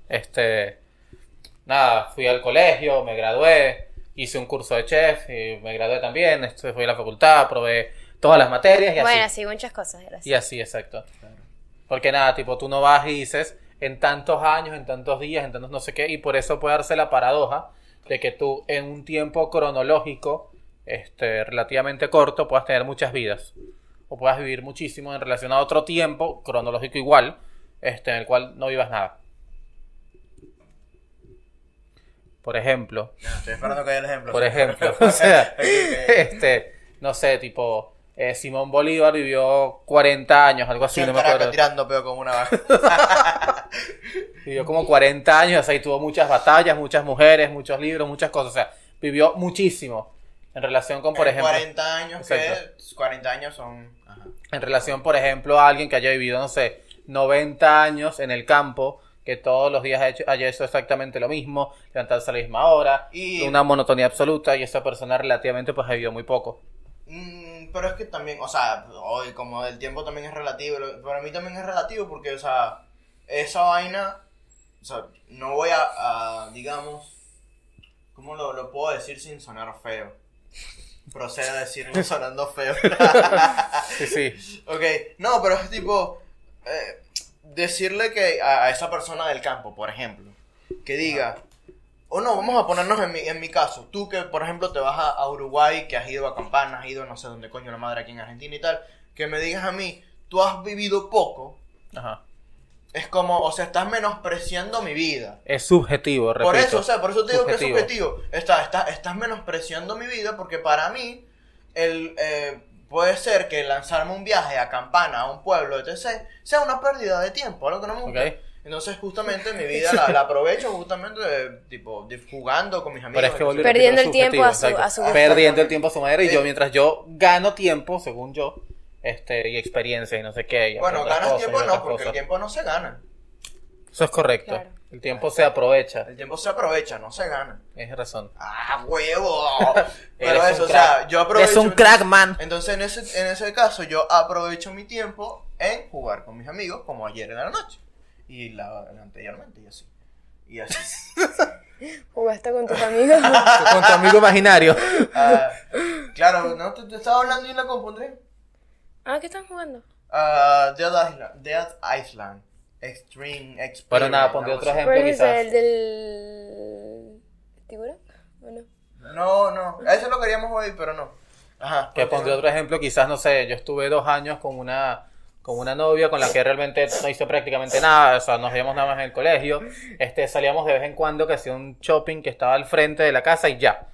Speaker 3: Este, nada, fui al colegio, me gradué, hice un curso de chef, y me gradué también, este, fui a la facultad, probé todas las materias y así.
Speaker 4: Bueno, sí, muchas cosas. gracias.
Speaker 3: Y así, exacto. Porque nada, tipo, tú no vas y dices en tantos años, en tantos días, en tantos no sé qué, y por eso puede darse la paradoja de que tú en un tiempo cronológico este, relativamente corto puedas tener muchas vidas. O puedas vivir muchísimo en relación a otro tiempo cronológico igual, este, en el cual no vivas nada. Por ejemplo,
Speaker 2: Estoy esperando que haya el ejemplo. *laughs*
Speaker 3: por ejemplo. *laughs* O sea, *laughs* este, no sé, tipo, eh, Simón Bolívar vivió 40 años, algo así,
Speaker 2: Sí,
Speaker 3: no me acuerdo.
Speaker 2: tirando peo como una vaca.
Speaker 3: Vivió como 40 años, o sea, y tuvo muchas batallas, muchas mujeres, muchos libros, muchas cosas. O sea, vivió muchísimo en relación con, por
Speaker 2: En
Speaker 3: ejemplo,
Speaker 2: 40 años, que
Speaker 3: Exacto.
Speaker 2: 40 años son... Ajá.
Speaker 3: en relación, por ejemplo, a alguien que haya vivido, no sé, 90 años en el campo, que todos los días ha hecho- haya hecho exactamente lo mismo, levantarse a la misma hora,
Speaker 2: Y-
Speaker 3: una monotonía absoluta, y esa persona relativamente pues ha vivido muy poco.
Speaker 2: Mm, pero es que también, o sea, hoy como el tiempo también es relativo, lo- para mí también es relativo porque, o sea, esa vaina, o sea, no voy a, a, digamos, ¿cómo lo, lo puedo decir sin sonar feo? Procedo a decirlo sonando feo.
Speaker 3: Sí, sí.
Speaker 2: ok, no, pero es tipo, eh, decirle que a, a esa persona del campo, por ejemplo, que diga, o no, vamos a ponernos en mi, en mi caso. Tú que, por ejemplo, te vas a, a Uruguay, que has ido a Campana, has ido no sé dónde coño la madre aquí en Argentina y tal, que me digas a mí, tú has vivido poco,
Speaker 3: Ajá.
Speaker 2: es como, o sea, estás menospreciando mi vida.
Speaker 3: Es subjetivo, repito.
Speaker 2: Por eso, o sea, por eso te digo
Speaker 3: Subjetivo.
Speaker 2: que es subjetivo. Está, está, estás menospreciando mi vida porque para mí el, eh, puede ser que lanzarme un viaje a Campana, a un pueblo, etc., sea una pérdida de tiempo, algo que no me gusta.
Speaker 3: Ok.
Speaker 2: Entonces, justamente mi vida la, la aprovecho justamente de, tipo, de- jugando con mis amigos.
Speaker 3: Pero es que
Speaker 2: etc.
Speaker 3: volver-
Speaker 4: Perdiendo
Speaker 3: repito,
Speaker 4: el tiempo a su-
Speaker 3: subjetivo,
Speaker 4: a su
Speaker 3: exacto.
Speaker 4: gusto.
Speaker 3: Perdiendo el tiempo a su manera y
Speaker 2: Eh.
Speaker 3: yo, mientras yo gano tiempo, según yo, este, y experiencia y no sé qué. y
Speaker 2: bueno,
Speaker 3: otras
Speaker 2: ganas
Speaker 3: cosas,
Speaker 2: tiempo no,
Speaker 3: y otras
Speaker 2: porque el
Speaker 3: cosas.
Speaker 2: tiempo no se gana.
Speaker 3: Eso es correcto.
Speaker 4: Claro.
Speaker 3: El tiempo se aprovecha.
Speaker 2: El tiempo se aprovecha, no se gana.
Speaker 3: Es
Speaker 2: *laughs*
Speaker 3: razón.
Speaker 2: ¡Ah,
Speaker 3: *laughs*
Speaker 2: huevo! Pero
Speaker 3: Eres
Speaker 2: eso,
Speaker 3: un
Speaker 2: o sea,
Speaker 3: crack.
Speaker 2: yo aprovecho...
Speaker 3: Eres un crack, man.
Speaker 2: Entonces, en ese, en ese caso, yo aprovecho mi tiempo en jugar con mis amigos, como ayer en la noche. Y la, anteriormente, y así. Y así.
Speaker 3: *laughs*
Speaker 4: Jugaste con tus amigos.
Speaker 3: Con tu amigo imaginario.
Speaker 2: Ah, claro, ¿no? Te, te estaba hablando y la compondré.
Speaker 4: ah, ¿qué están jugando?
Speaker 2: Ah, Dead Island. Dead Island. Extreme Experience.
Speaker 3: Pero nada, pondré
Speaker 2: algo
Speaker 3: otro
Speaker 2: así.
Speaker 4: ¿Cuál
Speaker 3: ejemplo
Speaker 4: es el
Speaker 3: quizás.
Speaker 4: del tiburón? ¿O no?
Speaker 2: No, no. Eso lo queríamos hoy, pero no. Ajá.
Speaker 3: Que pondré otro ejemplo, quizás, no sé, yo estuve dos años con una con una novia con la que realmente no hice prácticamente nada, o sea, nos veíamos nada más en el colegio, este, salíamos de vez en cuando que hacía un shopping que estaba al frente de la casa y ya.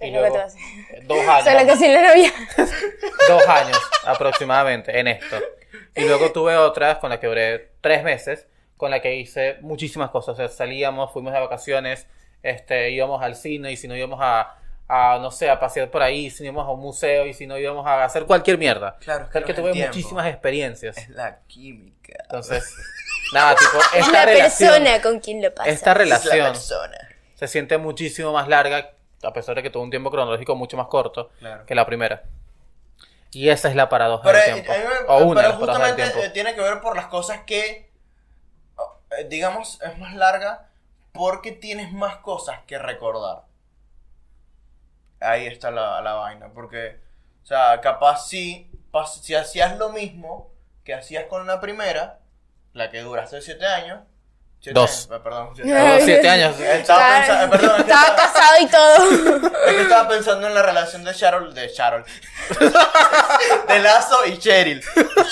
Speaker 3: Y
Speaker 4: Es lo que
Speaker 3: luego-
Speaker 4: tú haces.
Speaker 3: dos
Speaker 2: Ah,
Speaker 3: años.
Speaker 4: *laughs* Solo que sin la novia.
Speaker 3: dos años aproximadamente en esto. Y luego tuve otras con las que duré tres meses, con las que hice muchísimas cosas. O sea, salíamos, fuimos de vacaciones, este, íbamos al cine y si no íbamos a, a, no sé, a pasear por ahí, y si no íbamos a un museo y si no íbamos a hacer cualquier mierda.
Speaker 2: Claro,
Speaker 3: Tal
Speaker 2: no
Speaker 3: que
Speaker 2: es el
Speaker 3: tuve
Speaker 2: tiempo.
Speaker 3: muchísimas experiencias.
Speaker 2: Es la química.
Speaker 3: Entonces, nada, tipo, esta
Speaker 4: Es la
Speaker 3: relación,
Speaker 4: persona con quien lo pasa.
Speaker 3: esta
Speaker 2: Es la
Speaker 3: relación
Speaker 2: persona.
Speaker 3: se siente muchísimo más larga, a pesar de que tuvo un tiempo cronológico mucho más corto
Speaker 2: Claro.
Speaker 3: que la primera. Y esa es la paradoja
Speaker 2: Pero,
Speaker 3: del
Speaker 2: eh,
Speaker 3: tiempo.
Speaker 2: a mí me-
Speaker 3: o una de
Speaker 2: pero
Speaker 3: las paradojas del
Speaker 2: justamente
Speaker 3: tiempo.
Speaker 2: eh, tiene que ver por las cosas que, oh, eh, digamos, es más larga porque tienes más cosas que recordar. Ahí está la, la vaina, porque, o sea, capaz sí, pas- si hacías lo mismo que hacías con la primera, la que duraste siete años. siete
Speaker 3: Dos.
Speaker 2: años, eh, perdón, siete
Speaker 4: Ay.
Speaker 2: años.
Speaker 3: Todos siete años.
Speaker 2: Estaba pensando- eh, perdón, es que
Speaker 4: estaba
Speaker 2: estaba-
Speaker 4: casado
Speaker 2: *laughs*
Speaker 4: y todo.
Speaker 2: Es que estaba pensando en la relación de Cheryl, de Cheryl, *laughs* de Lazo y Cheryl,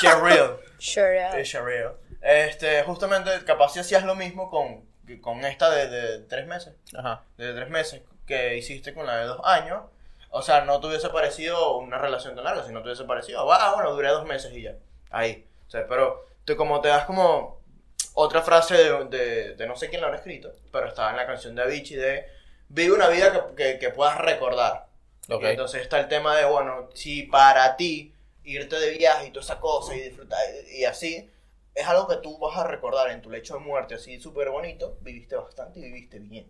Speaker 2: Cheryl.
Speaker 4: Sure.
Speaker 2: Eh, Shareo. Este, justamente, capaz si hacías lo mismo con, con esta de, de tres meses.
Speaker 3: Ajá.
Speaker 2: De tres meses que hiciste con la de dos años. O sea, no te hubiese parecido una relación tan larga, sino te hubiese parecido, ah, bueno, duré dos meses y ya. Ahí. O sea, pero tú como te das como otra frase de, de- de no sé quién la habrá escrito, pero estaba en la canción de Avicii de Vive una vida que, que- que puedas recordar.
Speaker 3: Ok.
Speaker 2: Y entonces está el tema de, bueno, si para ti irte de viaje y toda esa cosa y disfrutar y, y así, es algo que tú vas a recordar en tu lecho de muerte, así súper bonito, viviste bastante y viviste bien.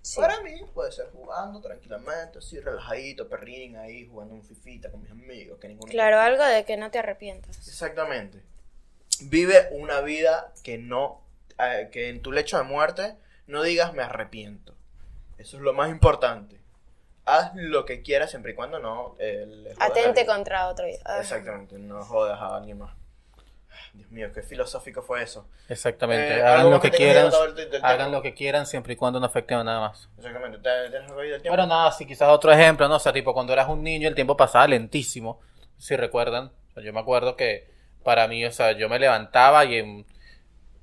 Speaker 4: Sí.
Speaker 2: Para mí puede ser jugando tranquilamente, así relajadito, perrín ahí, jugando un fifita con mis amigos, que ninguno
Speaker 4: Claro, algo de que no te arrepientas.
Speaker 2: Exactamente. Vive una vida que no, eh, que en tu lecho de muerte no digas me arrepiento. Eso es lo más importante. Haz lo que quieras siempre y cuando no. eh, le jodas a
Speaker 4: Atente
Speaker 2: alguien.
Speaker 4: contra otro. Ah.
Speaker 2: Exactamente, no jodas a alguien más. Dios mío, qué filosófico fue eso.
Speaker 3: Exactamente.
Speaker 2: Eh,
Speaker 3: hagan
Speaker 2: algo
Speaker 3: lo
Speaker 2: que
Speaker 3: que
Speaker 2: tengas
Speaker 3: quieran.
Speaker 2: anotado *laughs* del- del tema.
Speaker 3: Hagan lo que quieran siempre y cuando no afecten a nada más.
Speaker 2: Exactamente, ¿te- ¿tienes algo ahí del tiempo?
Speaker 3: Pero nada, si quizás otro ejemplo, ¿no? O sea, tipo, cuando eras un niño el tiempo pasaba lentísimo, si recuerdan. O sea, yo me acuerdo que para mí, o sea, yo me levantaba y en...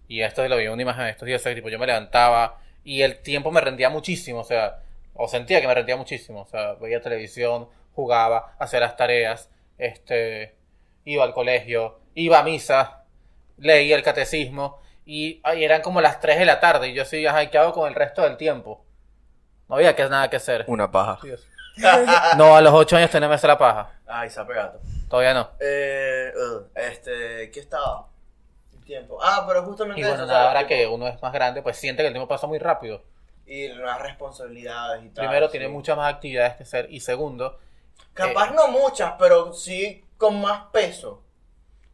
Speaker 3: Y esto lo vi en una imagen de estos días, o sea, tipo, yo me levantaba y el tiempo me rendía muchísimo, o sea, o sentía que me rendía muchísimo. O sea, veía televisión, jugaba, hacía las tareas, este... Iba al colegio, iba a misa, leía el catecismo y, ay, eran como las 3 de la tarde y yo así, ajá, ¿y ¿qué hago con el resto del tiempo? No había que, nada que hacer.
Speaker 2: Una paja.
Speaker 3: No, a los 8 años tenía mesa la paja.
Speaker 2: *laughs* Ay, se ha pegado.
Speaker 3: Todavía no.
Speaker 2: Eh, uh, este, ¿qué estaba? El tiempo. Ah, pero justamente
Speaker 3: Y bueno,
Speaker 2: eso,
Speaker 3: nada,
Speaker 2: o sea,
Speaker 3: ahora
Speaker 2: tipo-
Speaker 3: que uno es más grande, pues siente que el tiempo pasa muy rápido.
Speaker 2: y las responsabilidades y tal.
Speaker 3: Primero,
Speaker 2: sí.
Speaker 3: tiene muchas eh, más actividades que hacer. Y segundo,
Speaker 2: Capaz no muchas, pero sí con más peso.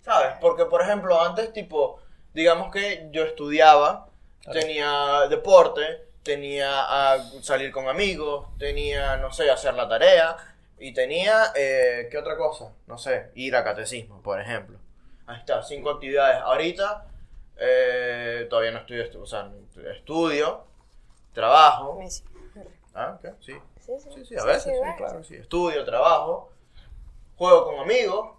Speaker 2: ¿Sabes? Porque, por ejemplo, antes, tipo, digamos que yo estudiaba, tenía deporte, tenía a salir con amigos, tenía, no sé, hacer la tarea, y tenía, eh, ¿qué otra cosa? No sé, ir a catecismo, por ejemplo. Ahí está, cinco actividades. Ahorita, eh, todavía no estudio, estu- o sea, estudio, trabajo.
Speaker 4: Messi.
Speaker 2: ¿Ah? ¿Qué? Sí.
Speaker 4: Sí, sí.
Speaker 2: Sí, sí, a veces,
Speaker 4: sí,
Speaker 2: sí,
Speaker 4: bueno.
Speaker 2: claro, sí. Estudio, trabajo, juego con amigos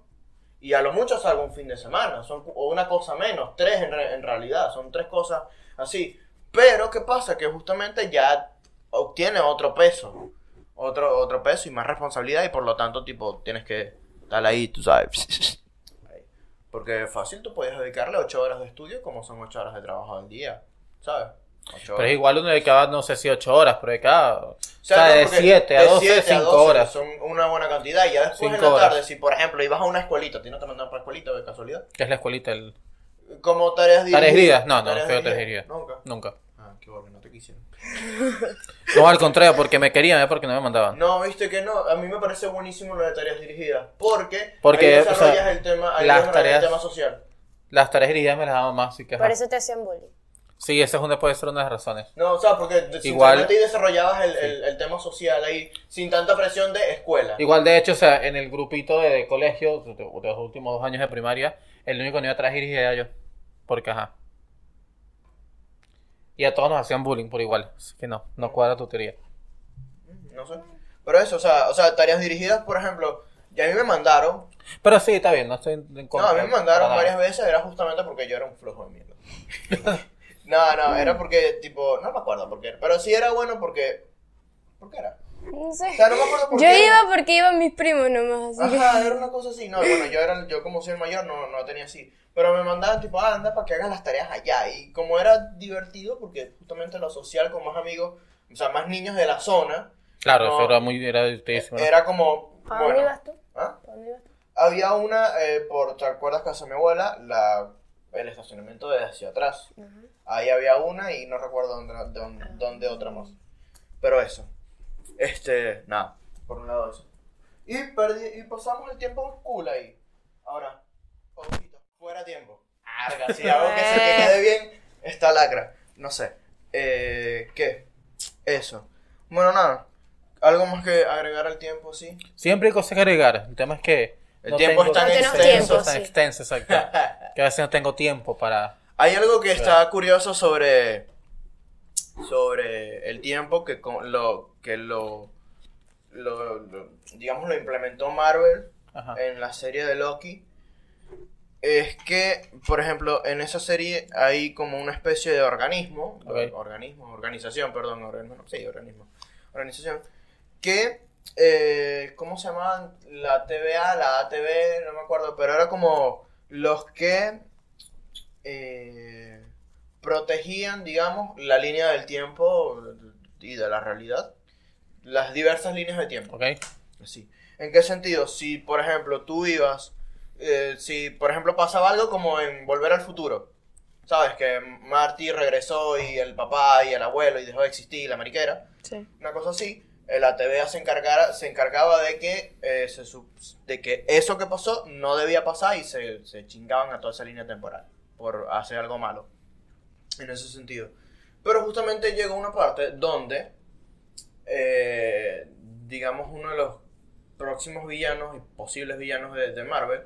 Speaker 2: y a lo mucho salgo un fin de semana, son cu- o una cosa menos, tres en, re- en realidad, son tres cosas así. Pero ¿qué pasa? Que justamente ya obtiene otro peso, otro, otro peso y más responsabilidad y por lo tanto tipo tienes que estar ahí, tú sabes. *laughs* Ahí. Porque fácil tú puedes dedicarle ocho horas de estudio como son ocho horas de trabajo al día, ¿sabes? Ocho
Speaker 3: pero
Speaker 2: horas.
Speaker 3: es igual uno de cada, no sé si 8 horas, pero de cada. O
Speaker 2: O
Speaker 3: sea,
Speaker 2: no,
Speaker 3: de
Speaker 2: porque
Speaker 3: 7 a
Speaker 2: de
Speaker 3: 12,
Speaker 2: siete a
Speaker 3: 5
Speaker 2: 12
Speaker 3: horas.
Speaker 2: Son una buena cantidad. Y ya después en
Speaker 3: Cinco
Speaker 2: la
Speaker 3: horas.
Speaker 2: tarde, si por ejemplo ibas a una escuelita, a ti no te mandan para escuelita de casualidad.
Speaker 3: Que es la escuelita, el...
Speaker 2: Como tareas dirigidas.
Speaker 3: ¿Tareas dirigidas? No, no, feo tareas dirigidas.
Speaker 2: Nunca.
Speaker 3: nunca.
Speaker 2: Ah, qué bueno, no te quisieron.
Speaker 3: No, al contrario, porque me querían, ¿eh? porque no me mandaban.
Speaker 2: No, viste que no. A mí me parece buenísimo lo de tareas dirigidas. Porque,
Speaker 3: Porque,
Speaker 2: ahí
Speaker 3: o sea,
Speaker 2: desarrollas el tema, ahí
Speaker 3: las
Speaker 2: desarrollas
Speaker 3: tareas-
Speaker 2: el tema social.
Speaker 3: Las tareas heridas me las daban más, así que. ajá.
Speaker 4: Por eso te hacían bullying.
Speaker 3: Sí, esa es una, puede ser una de las razones.
Speaker 2: No, o sea, porque de-
Speaker 3: Igual-
Speaker 2: sinceramente ahí desarrollabas el, el- el tema social ahí sin tanta presión de escuela.
Speaker 3: Igual, de hecho, o sea, en el grupito de, de colegio, de, de los últimos dos años de primaria, el único que no iba a traer iris era yo. Porque, ajá. Y a todos nos hacían bullying por igual. Así que no, no cuadra tu teoría.
Speaker 2: No sé. Pero eso, o sea, o sea, tareas dirigidas, por ejemplo, ya a mí me mandaron
Speaker 3: Pero sí, está bien, no estoy en en
Speaker 2: No,
Speaker 3: contra.
Speaker 2: a mí me mandaron
Speaker 3: para
Speaker 2: varias
Speaker 3: nada.
Speaker 2: veces, era justamente porque yo era un flojo de mierda. *laughs* no, no, era porque, tipo, no me acuerdo por qué, era, pero sí era bueno porque... ¿Por qué era?
Speaker 4: No sé.
Speaker 2: O sea, no me acuerdo por
Speaker 4: Yo
Speaker 2: qué.
Speaker 4: iba porque iban mis primos nomás. Así que...
Speaker 2: Ajá, era una cosa así, no, bueno, yo, era, yo como soy el mayor no, no tenía así, pero me mandaban tipo, ah, anda para que hagas las tareas allá, y como era divertido, porque justamente lo social con más amigos, o sea, más niños de la zona,
Speaker 3: Claro,
Speaker 2: No.
Speaker 3: eso era muy. Era, divertidísimo, ¿no?
Speaker 2: era como...
Speaker 4: ¿Para dónde
Speaker 2: bueno,
Speaker 4: ibas tú?
Speaker 2: ¿ah?
Speaker 4: ¿Para dónde ibas tú?
Speaker 2: Había una, eh, por, ¿te acuerdas casa de mi abuela? La, el estacionamiento de hacia atrás.
Speaker 4: Ajá.
Speaker 2: Ahí había una y no recuerdo dónde, dónde, dónde otra más. Pero eso. Este, nada. Por un lado eso. Y, perdi- y pasamos el tiempo cool ahí. Ahora, pausita. Fuera tiempo. Arga, si algo que se te quede bien, está lacra. No sé. Eh, ¿Qué? Eso. Bueno, nada. ¿Algo más que agregar al tiempo, sí?
Speaker 3: Siempre hay cosas que agregar. El tema es que.
Speaker 2: El tiempo es tan
Speaker 4: No tenemos extenso. tiempo,
Speaker 3: Es tan
Speaker 4: sí.
Speaker 2: *laughs*
Speaker 3: extenso, exacto. que a veces no tengo tiempo para.
Speaker 2: Hay algo que está curioso sobre sobre el tiempo que con- lo que lo, lo- lo- digamos lo implementó Marvel
Speaker 3: Ajá.
Speaker 2: en la serie de Loki es que por ejemplo en esa serie hay como una especie de organismo eh,
Speaker 3: Ok.
Speaker 2: organismo organización perdón organismo no, sí organismo organización que eh, cómo se llamaban la TVA la ATV no me acuerdo pero era como los que eh, protegían, digamos, la línea del tiempo y de la realidad, las diversas líneas de tiempo.
Speaker 3: ¿Ok?
Speaker 2: Sí. ¿En qué sentido? Si, por ejemplo, tú ibas, eh, si, por ejemplo, pasaba algo como en Volver al Futuro, ¿sabes? Que Marty regresó y el papá y el abuelo y dejó de existir la mariquera,
Speaker 4: Sí.
Speaker 2: una cosa así, eh, la TVA se, encargara, se encargaba de que, eh, se sup- de que eso que pasó no debía pasar y se, se chingaban a toda esa línea temporal por hacer algo malo, en ese sentido. Pero justamente llegó una parte donde, eh, digamos, uno de los próximos villanos y posibles villanos de, de Marvel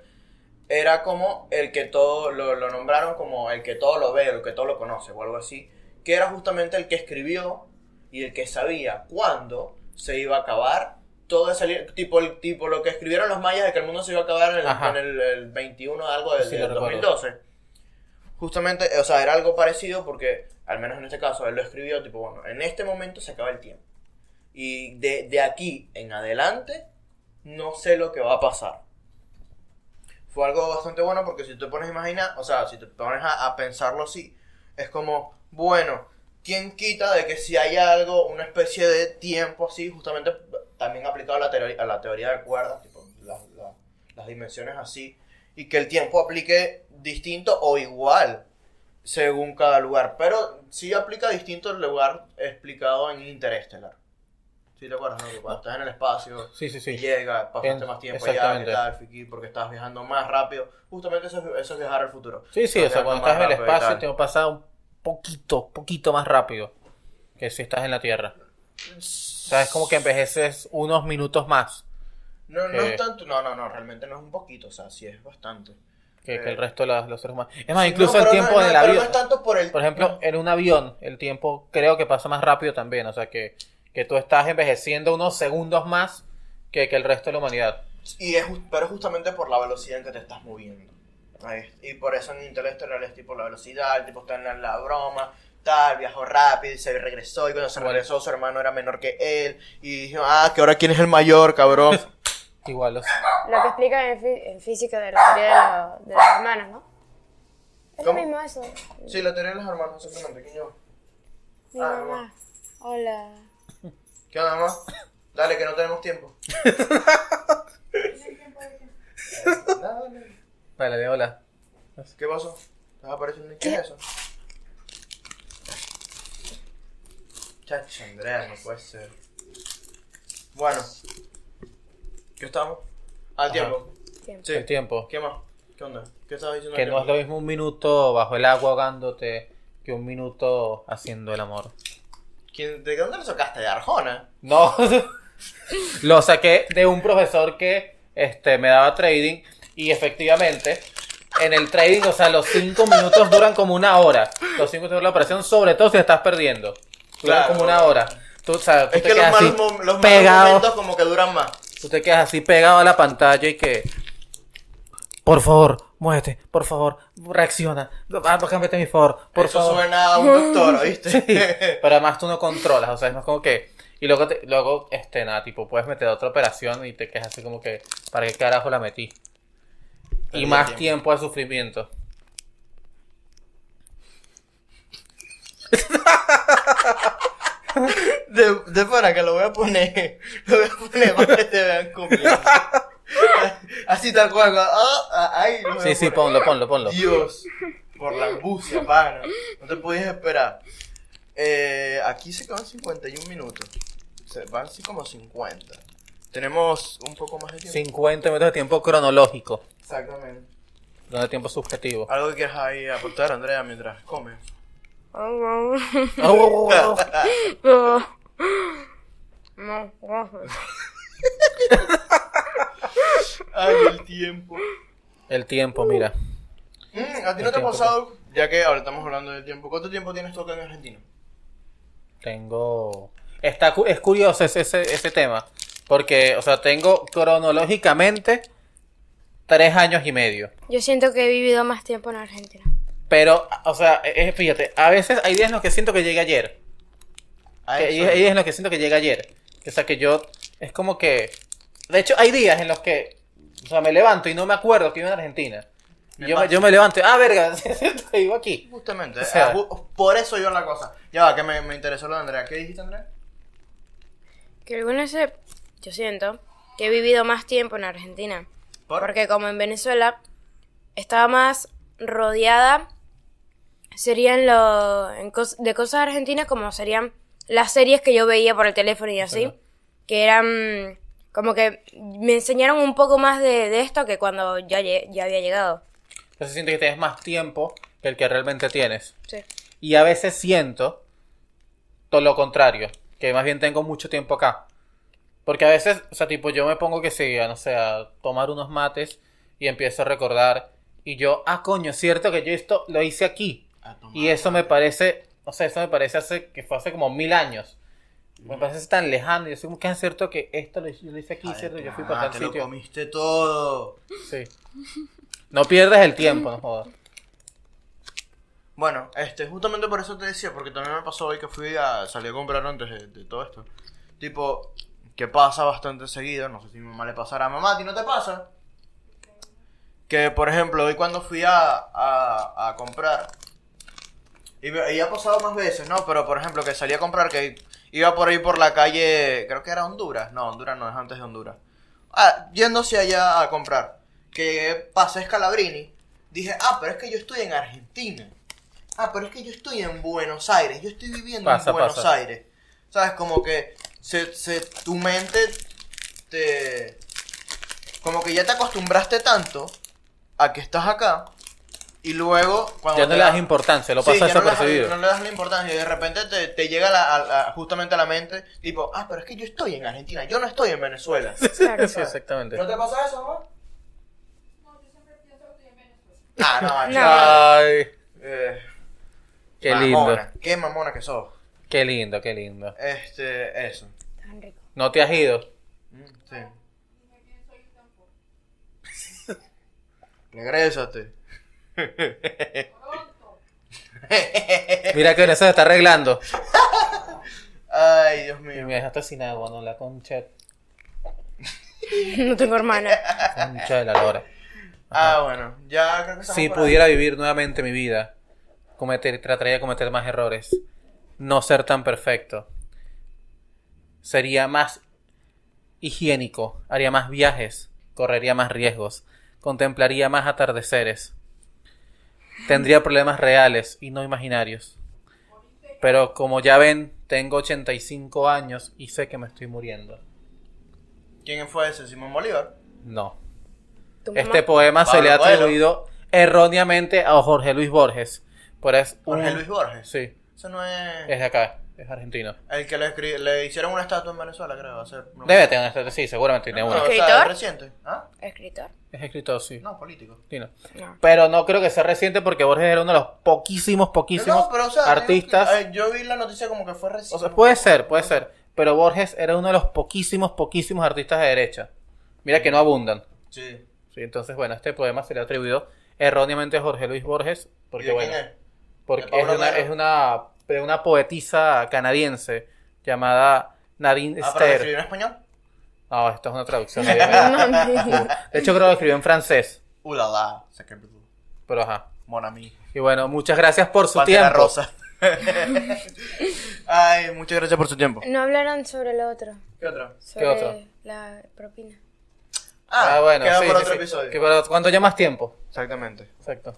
Speaker 2: era como el que todo lo, lo nombraron como el que todo lo ve, el que todo lo conoce o algo así, que era justamente el que escribió y el que sabía cuándo se iba a acabar todo ese li- tipo el tipo lo que escribieron los mayas de que el mundo se iba a acabar en el,
Speaker 3: Ajá.
Speaker 2: en el- el 21 de algo del,
Speaker 3: Sí,
Speaker 2: del
Speaker 3: lo recuerdo.
Speaker 2: 2012. Justamente, eh, o sea, era algo parecido porque al menos en este caso él lo escribió tipo bueno, en este momento se acaba el tiempo. Y de, de aquí en adelante, no sé lo que va a pasar. Fue algo bastante bueno porque si te pones a imaginar, o sea, si te pones a, a pensarlo así, es como, bueno, ¿quién quita de que si hay algo, una especie de tiempo así, justamente también aplicado a la, teoría- a la teoría de cuerdas, tipo, las- las- las dimensiones así, y que el tiempo aplique distinto o igual según cada lugar, pero sí aplica distinto el lugar explicado en Interestelar. ¿Sí te acuerdas? no? Que cuando estás en el espacio,
Speaker 3: Sí, sí, sí.
Speaker 2: llega, pasaste
Speaker 3: En-
Speaker 2: más tiempo allá,
Speaker 3: exactamente.
Speaker 2: que tal, Fiki, porque estás viajando más rápido. Justamente eso, es- eso es viajar al futuro.
Speaker 3: Sí, sí, o sea, cuando
Speaker 2: Más
Speaker 3: estás en el
Speaker 2: rápido y
Speaker 3: espacio
Speaker 2: tal.
Speaker 3: te va a pasar un poquito, poquito más rápido que si estás en la Tierra. O sea, es como que envejeces unos minutos más
Speaker 2: No, no
Speaker 3: Eh.
Speaker 2: es tanto, no, no, no, realmente no es un poquito, o sea, sí es bastante.
Speaker 3: que, que
Speaker 2: Eh.
Speaker 3: el resto de las- los seres humanos. Es más,
Speaker 2: Sí,
Speaker 3: incluso
Speaker 2: no,
Speaker 3: el
Speaker 2: pero
Speaker 3: tiempo
Speaker 2: no, no,
Speaker 3: en el
Speaker 2: pero
Speaker 3: avión.
Speaker 2: no es tanto por el...
Speaker 3: Por ejemplo, en un avión, el tiempo creo que pasa más rápido también. O sea, que, que tú estás envejeciendo unos segundos más que, que el resto de la humanidad.
Speaker 2: Y es, ju- pero es justamente por la velocidad en que te estás moviendo. Ahí es- Y por eso en Interestelar es tipo la velocidad, el tipo está en la, la broma, tal, viajó rápido y se regresó. Y cuando se
Speaker 3: Igual.
Speaker 2: regresó, su hermano era menor que él. Y dijo, ah, que ahora quién es el mayor,
Speaker 3: *laughs*
Speaker 2: cabrón.
Speaker 3: Igual los.
Speaker 4: Lo que explican en, fí- en física de la teoría de, lo- de los hermanos, ¿no? Es lo
Speaker 2: ¿Cómo?
Speaker 4: mismo eso.
Speaker 2: sí, la teoría de los hermanos, exactamente, ¿quién yo?
Speaker 4: Mi
Speaker 2: Ah,
Speaker 4: mamá. Hola.
Speaker 2: ¿Qué onda, mamá? Dale, que no tenemos tiempo. Dale.
Speaker 3: Vale, de hola.
Speaker 2: ¿Qué pasó? Ah, ¿Estás apareciendo? ¿Qué es eso? Chacho, Andrea, no puede ser. Bueno. ¿Qué estamos? Al
Speaker 3: Ajá.
Speaker 2: tiempo.
Speaker 4: Tiempo.
Speaker 2: Sí.
Speaker 3: El tiempo.
Speaker 2: ¿Qué más? ¿Qué onda? ¿Qué estabas diciendo?
Speaker 3: Que
Speaker 2: al
Speaker 3: no es
Speaker 2: tiempo?
Speaker 3: lo mismo un minuto bajo el agua ahogándote que un minuto haciendo el amor.
Speaker 2: ¿Quién- ¿De dónde lo sacaste? ¿De Arjona?
Speaker 3: No. Lo saqué de un profesor que este, me daba trading y efectivamente en el trading, o sea, los cinco minutos duran como una hora. Los cinco minutos de la operación, sobre todo si estás perdiendo. Duran
Speaker 2: Claro.
Speaker 3: como una hora. Tú, o sea, tú
Speaker 2: Es
Speaker 3: te
Speaker 2: que los
Speaker 3: quedas así
Speaker 2: malos, mom- los malos
Speaker 3: pegado.
Speaker 2: momentos como que duran más.
Speaker 3: Tú te quedas así pegado a la pantalla y que. Por favor, muévete, por favor, reacciona. Ah, cámbiate mi favor, por
Speaker 2: Eso
Speaker 3: favor.
Speaker 2: suena a un doctor, ¿viste?
Speaker 3: *laughs* Sí,
Speaker 2: *laughs*
Speaker 3: pero además tú no controlas, o sea, es más como que... Y luego, te- luego este, nada, tipo, puedes meter otra operación y te quedas así como que, ¿para qué carajo la metí?
Speaker 2: Perdí
Speaker 3: y más
Speaker 2: tiempo.
Speaker 3: tiempo. de sufrimiento.
Speaker 2: De, de para que lo voy a poner. *laughs* Lo voy a poner para que te vean comiendo. Así tal cual. cuando- ah, ah, ahí lo voy a
Speaker 3: Sí, sí,
Speaker 2: poner.
Speaker 3: ponlo, ponlo, ponlo.
Speaker 2: Dios. Por la angustia, pana. No te podías esperar. Eh, aquí se quedan 51 minutos. Se van así como 50. Tenemos un poco más de tiempo.
Speaker 3: 50 minutos de tiempo cronológico,
Speaker 2: Exactamente.
Speaker 3: no de tiempo subjetivo.
Speaker 2: Algo que quieras ahí aportar, Andrea, mientras comes.
Speaker 4: Oh,
Speaker 3: *laughs* Oh, oh, oh, oh.
Speaker 4: oh. *laughs* No, no.
Speaker 2: Ay, el tiempo.
Speaker 3: El tiempo, mira.
Speaker 2: Mm, ¿A ti no
Speaker 3: El
Speaker 2: te ha
Speaker 3: tiempo. pues.
Speaker 2: pasado, ya que ahora estamos hablando del tiempo, cuánto tiempo tienes tú acá en Argentina?
Speaker 3: Tengo... Está, cu- es curioso ese, ese, ese tema, porque, o sea, tengo cronológicamente tres años y medio.
Speaker 4: Yo siento que he vivido más tiempo en Argentina.
Speaker 3: Pero, o sea, eh, eh, fíjate, a veces hay días en los que siento que llegué ayer.
Speaker 2: A
Speaker 3: Que hay,
Speaker 2: eso.
Speaker 3: hay días en los que siento que llegué ayer. O sea, que yo, es como que... De hecho, hay días en los que, o sea, me levanto y no me acuerdo que iba en Argentina.
Speaker 2: Me
Speaker 3: yo, me,
Speaker 2: pasa.
Speaker 3: yo me levanto. Ah, verga, *laughs* te digo aquí.
Speaker 2: Justamente,
Speaker 3: O sea-
Speaker 2: ah, ju- por eso yo la cosa. Ya va, que me, me interesó lo de Andrea. ¿Qué dijiste, Andrea?
Speaker 4: Que alguna vez, yo siento, que he vivido más tiempo en Argentina.
Speaker 2: ¿Por?
Speaker 4: Porque como en Venezuela, estaba más rodeada, serían lo, en cos- de cosas argentinas como serían las series que yo veía por el teléfono y así.
Speaker 3: Ajá.
Speaker 4: Que eran, como que me enseñaron un poco más de, de esto que cuando ya, lle- ya había llegado.
Speaker 3: Entonces siento que tienes más tiempo que el que realmente tienes.
Speaker 4: Sí.
Speaker 3: Y a veces siento todo lo contrario, que más bien tengo mucho tiempo acá. Porque a veces, o sea, tipo, yo me pongo que sí, a, no sé, a tomar unos mates y empiezo a recordar. Y yo, ah, coño, cierto que yo esto lo hice aquí. Y eso me parece, no sé, eso me parece hace, que fue hace como mil años. Me parece tan lejano. Yo soy como que es cierto que esto lo, yo lo hice aquí, cierto, yo fui para
Speaker 2: Ah,
Speaker 3: tal
Speaker 2: te
Speaker 3: sitio.
Speaker 2: lo comiste todo.
Speaker 3: Sí. No pierdas el tiempo, no jodas.
Speaker 2: Bueno, este, justamente por eso te decía, porque también me pasó hoy que fui a salí a comprar antes de, de todo esto. Tipo, que pasa bastante seguido, no sé si a mi mamá le pasará a mamá, ¿a ti no te pasa? Que, por ejemplo, hoy cuando fui a, a, a comprar, y, me- y ha pasado más veces, ¿no? Pero, por ejemplo, que salí a comprar, que iba por ahí por la calle, creo que era Honduras, no, Honduras no, es antes de Honduras. Ah, yéndose allá a comprar, que pasé Scalabrini, dije, ah, pero es que yo estoy en Argentina. Ah, pero es que yo estoy en Buenos Aires, yo estoy viviendo
Speaker 3: Pasa,
Speaker 2: en Buenos
Speaker 3: pasa.
Speaker 2: Aires. ¿Sabes? Como que se, se, tu mente te... Como que ya te acostumbraste tanto a que estás acá y luego cuando...
Speaker 3: Ya no
Speaker 2: te
Speaker 3: le das
Speaker 2: das-
Speaker 3: importancia, lo
Speaker 2: Sí,
Speaker 3: pasas
Speaker 2: ya no le das-
Speaker 3: desapercibido.
Speaker 2: No le das la importancia y de repente te, te llega la- a- a- justamente a la mente, tipo, ah, pero es que yo estoy en Argentina, yo no estoy en
Speaker 3: *laughs*
Speaker 2: Venezuela.
Speaker 4: Claro.
Speaker 3: Sí, exactamente.
Speaker 2: ¿No te pasa eso, mamá? Ah, no,
Speaker 4: No.
Speaker 2: chaval.
Speaker 3: Ay,
Speaker 2: Eh,
Speaker 3: qué lindo,
Speaker 2: mamona, Qué mamona que sos.
Speaker 3: qué lindo, qué lindo.
Speaker 2: Este, eso.
Speaker 4: Tan rico. *laughs*
Speaker 3: No te has ido.
Speaker 2: Mm, Sí. *laughs* Regrésate. Eh,
Speaker 3: Mira que eso se está arreglando.
Speaker 2: Ay, Dios
Speaker 3: Y
Speaker 2: mío.
Speaker 3: me dejaste sin agua, no la concha,
Speaker 4: no tengo hermana.
Speaker 3: concha de la lora.
Speaker 2: Ah, bueno, ya creo que estamos
Speaker 3: Si
Speaker 2: por ahí.
Speaker 3: pudiera vivir nuevamente mi vida, cometer, trataría de cometer más errores. No ser tan perfecto. Sería más higiénico. Haría más viajes. Correría más riesgos. Contemplaría más atardeceres. Tendría problemas reales y no imaginarios. Pero como ya ven, tengo 85 años y sé que me estoy muriendo.
Speaker 2: ¿Quién fue ese? Simón Bolívar.
Speaker 3: No.
Speaker 4: Tu mamá.
Speaker 3: Este poema se
Speaker 2: Pablo
Speaker 3: le ha
Speaker 2: Coelho.
Speaker 3: atribuido erróneamente a Jorge Luis Borges. Pero es un-
Speaker 2: Jorge Luis Borges.
Speaker 3: Sí,
Speaker 2: Eso no es.
Speaker 3: es de acá, es argentino.
Speaker 2: El que le, escri- le hicieron una estatua en Venezuela, creo. Hace... no-
Speaker 3: Debe tener una sí, seguramente tiene
Speaker 2: No,
Speaker 3: una.
Speaker 2: o sea,
Speaker 4: ¿Escritor?
Speaker 2: reciente. ¿Ah?
Speaker 4: Escritor.
Speaker 3: Es escritor, sí.
Speaker 2: No, político.
Speaker 3: argentino. *laughs*
Speaker 4: No. *laughs*
Speaker 3: Pero no creo que sea reciente porque Borges era uno de los poquísimos, poquísimos
Speaker 2: No, pero, o sea,
Speaker 3: artistas.
Speaker 2: digo que- ay, yo vi la noticia como que fue reciente.
Speaker 3: O sea, puede ser, puede ser. Pero Borges era uno de los poquísimos, poquísimos artistas de derecha. Mira que no abundan.
Speaker 2: Sí.
Speaker 3: Sí, entonces, bueno, este poema se le ha atribuido erróneamente a Jorge Luis Borges. Porque,
Speaker 2: ¿Y de
Speaker 3: bueno,
Speaker 2: quién es?
Speaker 3: Porque
Speaker 2: De
Speaker 3: es
Speaker 2: Pablo
Speaker 3: de una,
Speaker 2: Coelho.
Speaker 3: es una, de una poetisa canadiense llamada Nadine
Speaker 2: Ah, pero lo
Speaker 3: Esther.
Speaker 2: escribió en español.
Speaker 3: No, esto es una traducción. obviamente. de hecho, creo que lo escribió en francés.
Speaker 2: Ulala, se que
Speaker 3: Pero ajá.
Speaker 2: Mon ami.
Speaker 3: Y bueno, muchas gracias por su
Speaker 2: Pantera
Speaker 3: tiempo. *laughs*
Speaker 2: rosa. Ay, muchas gracias por su tiempo.
Speaker 4: No hablaron sobre lo otro.
Speaker 2: ¿Qué otra?
Speaker 4: Sobre
Speaker 3: otro?
Speaker 4: la propina.
Speaker 2: Ah, bueno, queda
Speaker 3: sí,
Speaker 2: por
Speaker 3: sí,
Speaker 2: otro
Speaker 3: sí.
Speaker 2: episodio.
Speaker 3: Que para- cuando haya más tiempo.
Speaker 2: Exactamente.
Speaker 3: Exacto.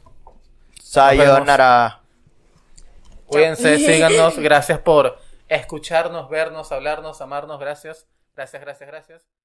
Speaker 2: Sayonara.
Speaker 3: Cuídense, síganos. Gracias por escucharnos, vernos, hablarnos, amarnos. Gracias. Gracias, gracias, gracias.